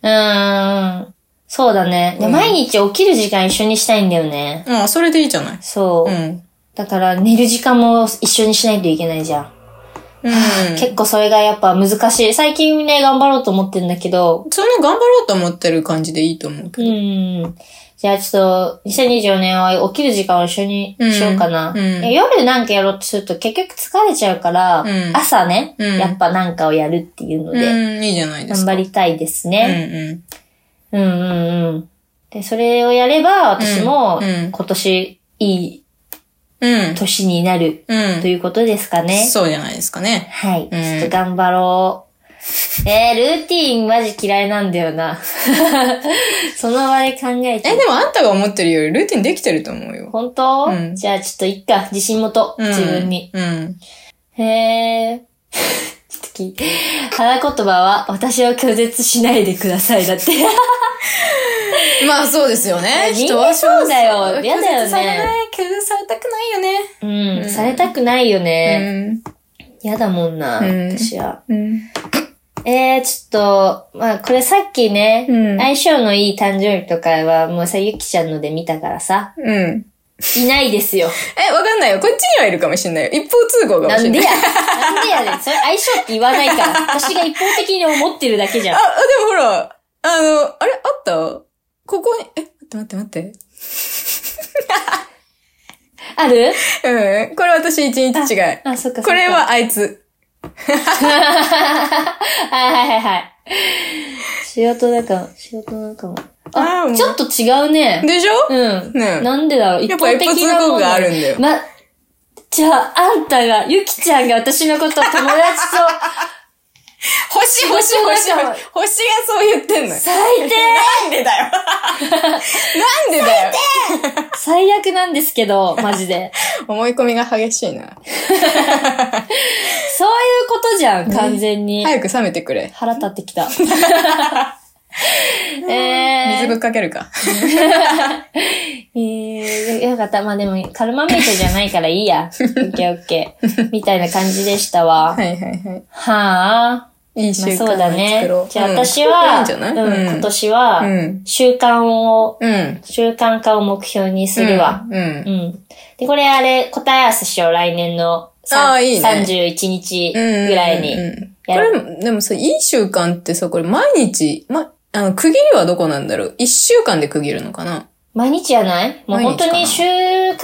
Speaker 1: う。うーん。そうだね、で
Speaker 2: うん
Speaker 1: 毎日起きる時間一緒にしたいんだよね。
Speaker 2: うん、それでいいじゃない
Speaker 1: そう。
Speaker 2: うん。
Speaker 1: だから寝る時間も一緒にしないといけないじゃん。
Speaker 2: うん
Speaker 1: 結構それがやっぱ難しい。最近ね、頑張ろうと思ってんだけど、
Speaker 2: その頑張ろうと思ってる感じでいいと思うけ
Speaker 1: う
Speaker 2: ど。
Speaker 1: ん。じゃあちょっと、2024年は起きる時間を一緒にしようかな。
Speaker 2: うんうん
Speaker 1: 夜なんかやろうとすると結局疲れちゃうから、
Speaker 2: うん
Speaker 1: 朝ね、
Speaker 2: うん
Speaker 1: やっぱなんかをやるっていうの
Speaker 2: う
Speaker 1: で、
Speaker 2: ん、いいじゃないで
Speaker 1: 頑
Speaker 2: すか。
Speaker 1: 張りたいです
Speaker 2: うん
Speaker 1: ね。
Speaker 2: うん。
Speaker 1: うんうんうん。で、それをやれば、私も
Speaker 2: うんうん
Speaker 1: 今年いい
Speaker 2: うん。
Speaker 1: 年になる
Speaker 2: うん
Speaker 1: と。いうことですかね。
Speaker 2: そうじゃないですかね。
Speaker 1: はい。
Speaker 2: うん
Speaker 1: ちょっと頑張ろう。えー、ルーティーンマジ嫌いなんだよな。 その場で考え
Speaker 2: え、
Speaker 1: て。
Speaker 2: でもあんたが思ってるよりルーティンできてると思うよ。
Speaker 1: 本当、
Speaker 2: うん
Speaker 1: じゃあちょっといっか。自信持とう。
Speaker 2: うん
Speaker 1: 自分に。。
Speaker 2: うん。
Speaker 1: へー。ちょっと聞いて。花言葉は、私を拒絶しないでください。だって。
Speaker 2: まあそうですよね。
Speaker 1: みんな
Speaker 2: 人は
Speaker 1: そうだよ
Speaker 2: そう
Speaker 1: 嫌だよね
Speaker 2: 拒絶されない、拒絶されたくないよね。
Speaker 1: うん。
Speaker 2: うん
Speaker 1: されたくないよね。嫌、だもんな、
Speaker 2: うん
Speaker 1: 私は。
Speaker 2: うん。
Speaker 1: えー、ちょっと、まあ、これさっきね、
Speaker 2: うん
Speaker 1: 相性のいい誕生日とかは、もうさ、ゆきちゃんので見たからさ、
Speaker 2: うん。
Speaker 1: いないです よ。
Speaker 2: え、わかんないよ。こっちにはいるかもしんないよ。一方通行かも
Speaker 1: な
Speaker 2: し
Speaker 1: ん
Speaker 2: んな
Speaker 1: で
Speaker 2: い。
Speaker 1: や、なんでやねん。それ相性って言わないから。私が一方的に思ってるだけじゃ
Speaker 2: あ、
Speaker 1: ん
Speaker 2: あ。でもほら、あの、あれあったここに、え、待って待って
Speaker 1: ある
Speaker 2: 待って。うん。これ私一日違い。
Speaker 1: あ、そっかそっか。
Speaker 2: こ れ。はあいつ。
Speaker 1: はいはいはいはい。仕事だかも、仕事なんかも。
Speaker 2: あー
Speaker 1: あ、
Speaker 2: もう
Speaker 1: ちょっと違うね。
Speaker 2: でしょ
Speaker 1: うん。
Speaker 2: ねえ
Speaker 1: なんでだろう。一
Speaker 2: やっ
Speaker 1: 方
Speaker 2: ぱ一
Speaker 1: 的
Speaker 2: 方通
Speaker 1: なも
Speaker 2: 行
Speaker 1: ん
Speaker 2: が
Speaker 1: だ
Speaker 2: あるんだよ。
Speaker 1: ま、じゃあ、あんたが、ゆきちゃんが私のことを友達と、
Speaker 2: 星、星、星、
Speaker 1: 星
Speaker 2: 星がそう言ってんのよ。
Speaker 1: 最低
Speaker 2: なんでだよ。なんでだよ。
Speaker 1: 最悪なんですけど、マジで。
Speaker 2: 思い込みが激しいな。
Speaker 1: そういうことじゃん、完全に。
Speaker 2: 早く冷めてくれ。
Speaker 1: 腹立ってき た。
Speaker 2: 水
Speaker 1: え
Speaker 2: ぶっかけるか。
Speaker 1: ー、えー、よかった。まあでも、カルマメイトじゃないからいいや。オッケーオッケー。みたいな感じでしたわ。
Speaker 2: はいはいはい。
Speaker 1: はあ。
Speaker 2: いい習
Speaker 1: まあ
Speaker 2: 慣を
Speaker 1: そう
Speaker 2: 作ろう。
Speaker 1: だね。じゃあ私は、
Speaker 2: いいんじゃない
Speaker 1: うん、今。年は
Speaker 2: うん、
Speaker 1: 習慣を、
Speaker 2: うん。
Speaker 1: 習慣化を目標にするわ。
Speaker 2: うん。う。
Speaker 1: うんん。で、これあれ、答え合わせしよう、来年の。
Speaker 2: ああいいね
Speaker 1: 31日
Speaker 2: うん
Speaker 1: ぐらいに。
Speaker 2: うんこ
Speaker 1: やる
Speaker 2: れ、でもさ、いい習慣ってさ、これ毎日、ま、あの、区切りはどこなんだろう一週間で区切るのかな
Speaker 1: 毎日やないもう
Speaker 2: 毎
Speaker 1: 本
Speaker 2: 日かな
Speaker 1: 当に習慣、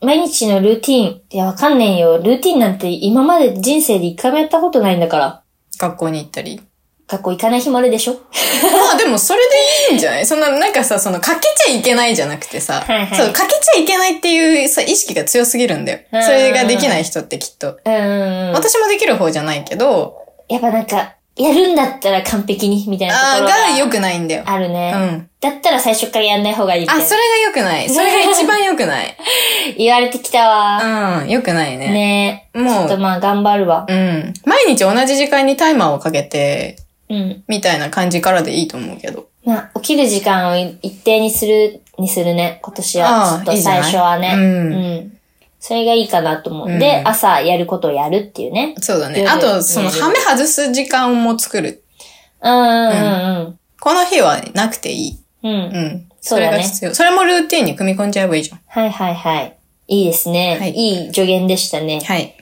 Speaker 1: 毎日のルーティーン。いや、わかんねえよ。ルーティーンなんて今まで人生で一回もやったことないんだから。
Speaker 2: 学校に行っ たり。
Speaker 1: 学校行かない日もあるでしょ
Speaker 2: まあでもそれでいいんじゃないそんな、なんかさ、その、かけちゃいけないじゃなくてさ、
Speaker 1: はいはい
Speaker 2: そう、かけちゃいけないっていうさ、意識が強すぎるんだよ。
Speaker 1: うん
Speaker 2: それができない人ってきっと。
Speaker 1: うんうんうん。
Speaker 2: 私もできる方じゃないけど、
Speaker 1: やっぱなんか、やるんだったら完璧に、みたいなと
Speaker 2: あ
Speaker 1: こ
Speaker 2: あ、
Speaker 1: ろ
Speaker 2: が良
Speaker 1: が
Speaker 2: くないんだよ。
Speaker 1: ある
Speaker 2: う
Speaker 1: ね。
Speaker 2: ん。
Speaker 1: だったら最初からやんない方がいいみたい
Speaker 2: あ、
Speaker 1: な
Speaker 2: それが良くない。それが一番良く ない。
Speaker 1: 言われてきたわ。
Speaker 2: うん、良くないね。
Speaker 1: ねえ。ちょ
Speaker 2: も
Speaker 1: っと
Speaker 2: う、
Speaker 1: まあ頑張るわ。
Speaker 2: うん。毎日同じ時間にタイマーをかけて、
Speaker 1: うん。
Speaker 2: みたいな感じからでいいと思うけど。
Speaker 1: まあ、起きる時間を一定にする、にするね。今年
Speaker 2: ああ
Speaker 1: は。ちょっと
Speaker 2: いいじゃな
Speaker 1: 最
Speaker 2: い
Speaker 1: 初はね。
Speaker 2: うん
Speaker 1: うん。それがいいかなと思う。
Speaker 2: うん
Speaker 1: で、朝やることをやるっていうね。
Speaker 2: そうだね。
Speaker 1: 夜
Speaker 2: あと、その、
Speaker 1: 寝る
Speaker 2: ハメ外す時間も作る。
Speaker 1: うんうん
Speaker 2: この日はなくていい。
Speaker 1: うんうん。うん。
Speaker 2: うん。
Speaker 1: そうだね
Speaker 2: れが必要。それもルーティンに組み込んじゃえばいいじゃん。
Speaker 1: はいはいはい。いいですね。
Speaker 2: はい
Speaker 1: い、い助言でしたね。
Speaker 2: はい。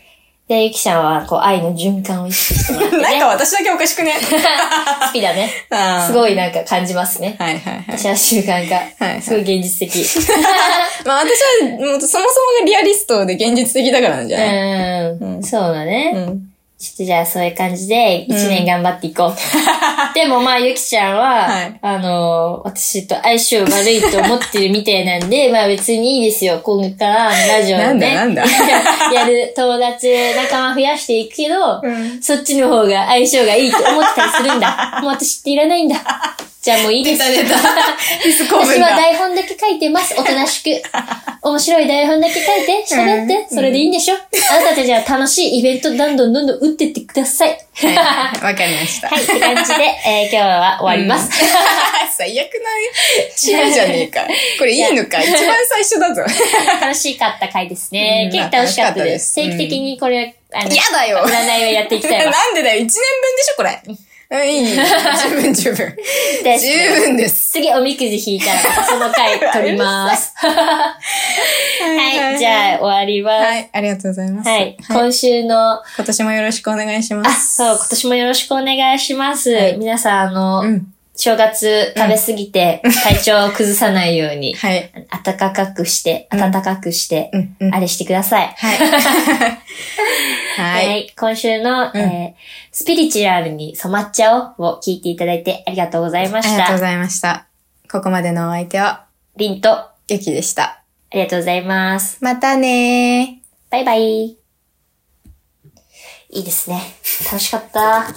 Speaker 1: で、ゆきちゃんは、こう、愛の循環を意識してもらって
Speaker 2: なん
Speaker 1: ね。
Speaker 2: か私だけおかしくね。
Speaker 1: 好きだね。
Speaker 2: あー
Speaker 1: すごいなんか感じますね。
Speaker 2: はいはいはい。
Speaker 1: 私は習慣
Speaker 2: いはい
Speaker 1: が、すごい現実的。
Speaker 2: まあ私は、もうそもそもがリアリストで現実的だからなんじゃない、
Speaker 1: うん。
Speaker 2: うん
Speaker 1: そうだね。
Speaker 2: うん、
Speaker 1: ちょっとじゃあそういう感じで、一年頑張っていこう。でもまあ、ゆきちゃんは、
Speaker 2: はい
Speaker 1: あのー私と相性悪いと思ってるみたいなんで、 まあ別にいいですよ。今後からラジオ
Speaker 2: な
Speaker 1: を
Speaker 2: んだ
Speaker 1: ね、
Speaker 2: なん だ。
Speaker 1: やる友達、仲間増やしていくけど、
Speaker 2: うん
Speaker 1: そっちの方が相性がいいと思ってたりするん だ。もう私っていらないんだ。じゃあもういいで
Speaker 2: 出
Speaker 1: す
Speaker 2: た。出た。ディスコ
Speaker 1: 私
Speaker 2: 文
Speaker 1: は
Speaker 2: だ。
Speaker 1: 台本だけ書いてます。おとなし く。面白い台本だけ書いて、喋って、それでいいんでしょ、あなたたちは楽しいイベントどんどんどんどん打ってってください。
Speaker 2: はいわかりました。
Speaker 1: はい、って感じで、えー今日は終わります。
Speaker 2: 最悪な知恵じゃねえか。これいいのか。一番最 初だぞ。
Speaker 1: 楽しかった回ですね。
Speaker 2: うん
Speaker 1: 結構楽しかったです。
Speaker 2: 楽しか
Speaker 1: 定
Speaker 2: ったです
Speaker 1: 期的にこれ、あの、
Speaker 2: 嫌だよ
Speaker 1: 占いをやっていきたいわ。
Speaker 2: なんでだよ。一年分でしょ、これ。うん、い い。十分十分。
Speaker 1: です
Speaker 2: 十分です。
Speaker 1: 次おみくじ引いたらまたその回取ります。 はい、じ
Speaker 2: あ。
Speaker 1: ゃあ終わります。
Speaker 2: はい、ありがとうございます。
Speaker 1: はい、今週の、
Speaker 2: 今年もよろしくお願いしま
Speaker 1: あ、
Speaker 2: す。
Speaker 1: そう、今年もよろしくお願いします。
Speaker 2: はい
Speaker 1: 皆さん、あの、
Speaker 2: うん。
Speaker 1: 正月食べ過ぎて体調を崩さないように、
Speaker 2: はい。
Speaker 1: 暖かくして、
Speaker 2: うん
Speaker 1: 暖かくして、
Speaker 2: うん、うん。
Speaker 1: あれしてください。
Speaker 2: はい。はい。
Speaker 1: 今週の、
Speaker 2: うん
Speaker 1: えースピリチュアルに染まっちゃおうを聞いていただいてありがとうございま
Speaker 2: あり
Speaker 1: し
Speaker 2: がとうご
Speaker 1: た。
Speaker 2: ざいました。ここまでのお相手は、
Speaker 1: りんと、あ
Speaker 2: ゆきでした。
Speaker 1: りがとうございます。
Speaker 2: またねー。
Speaker 1: バイバイ。いいですね。楽しかった。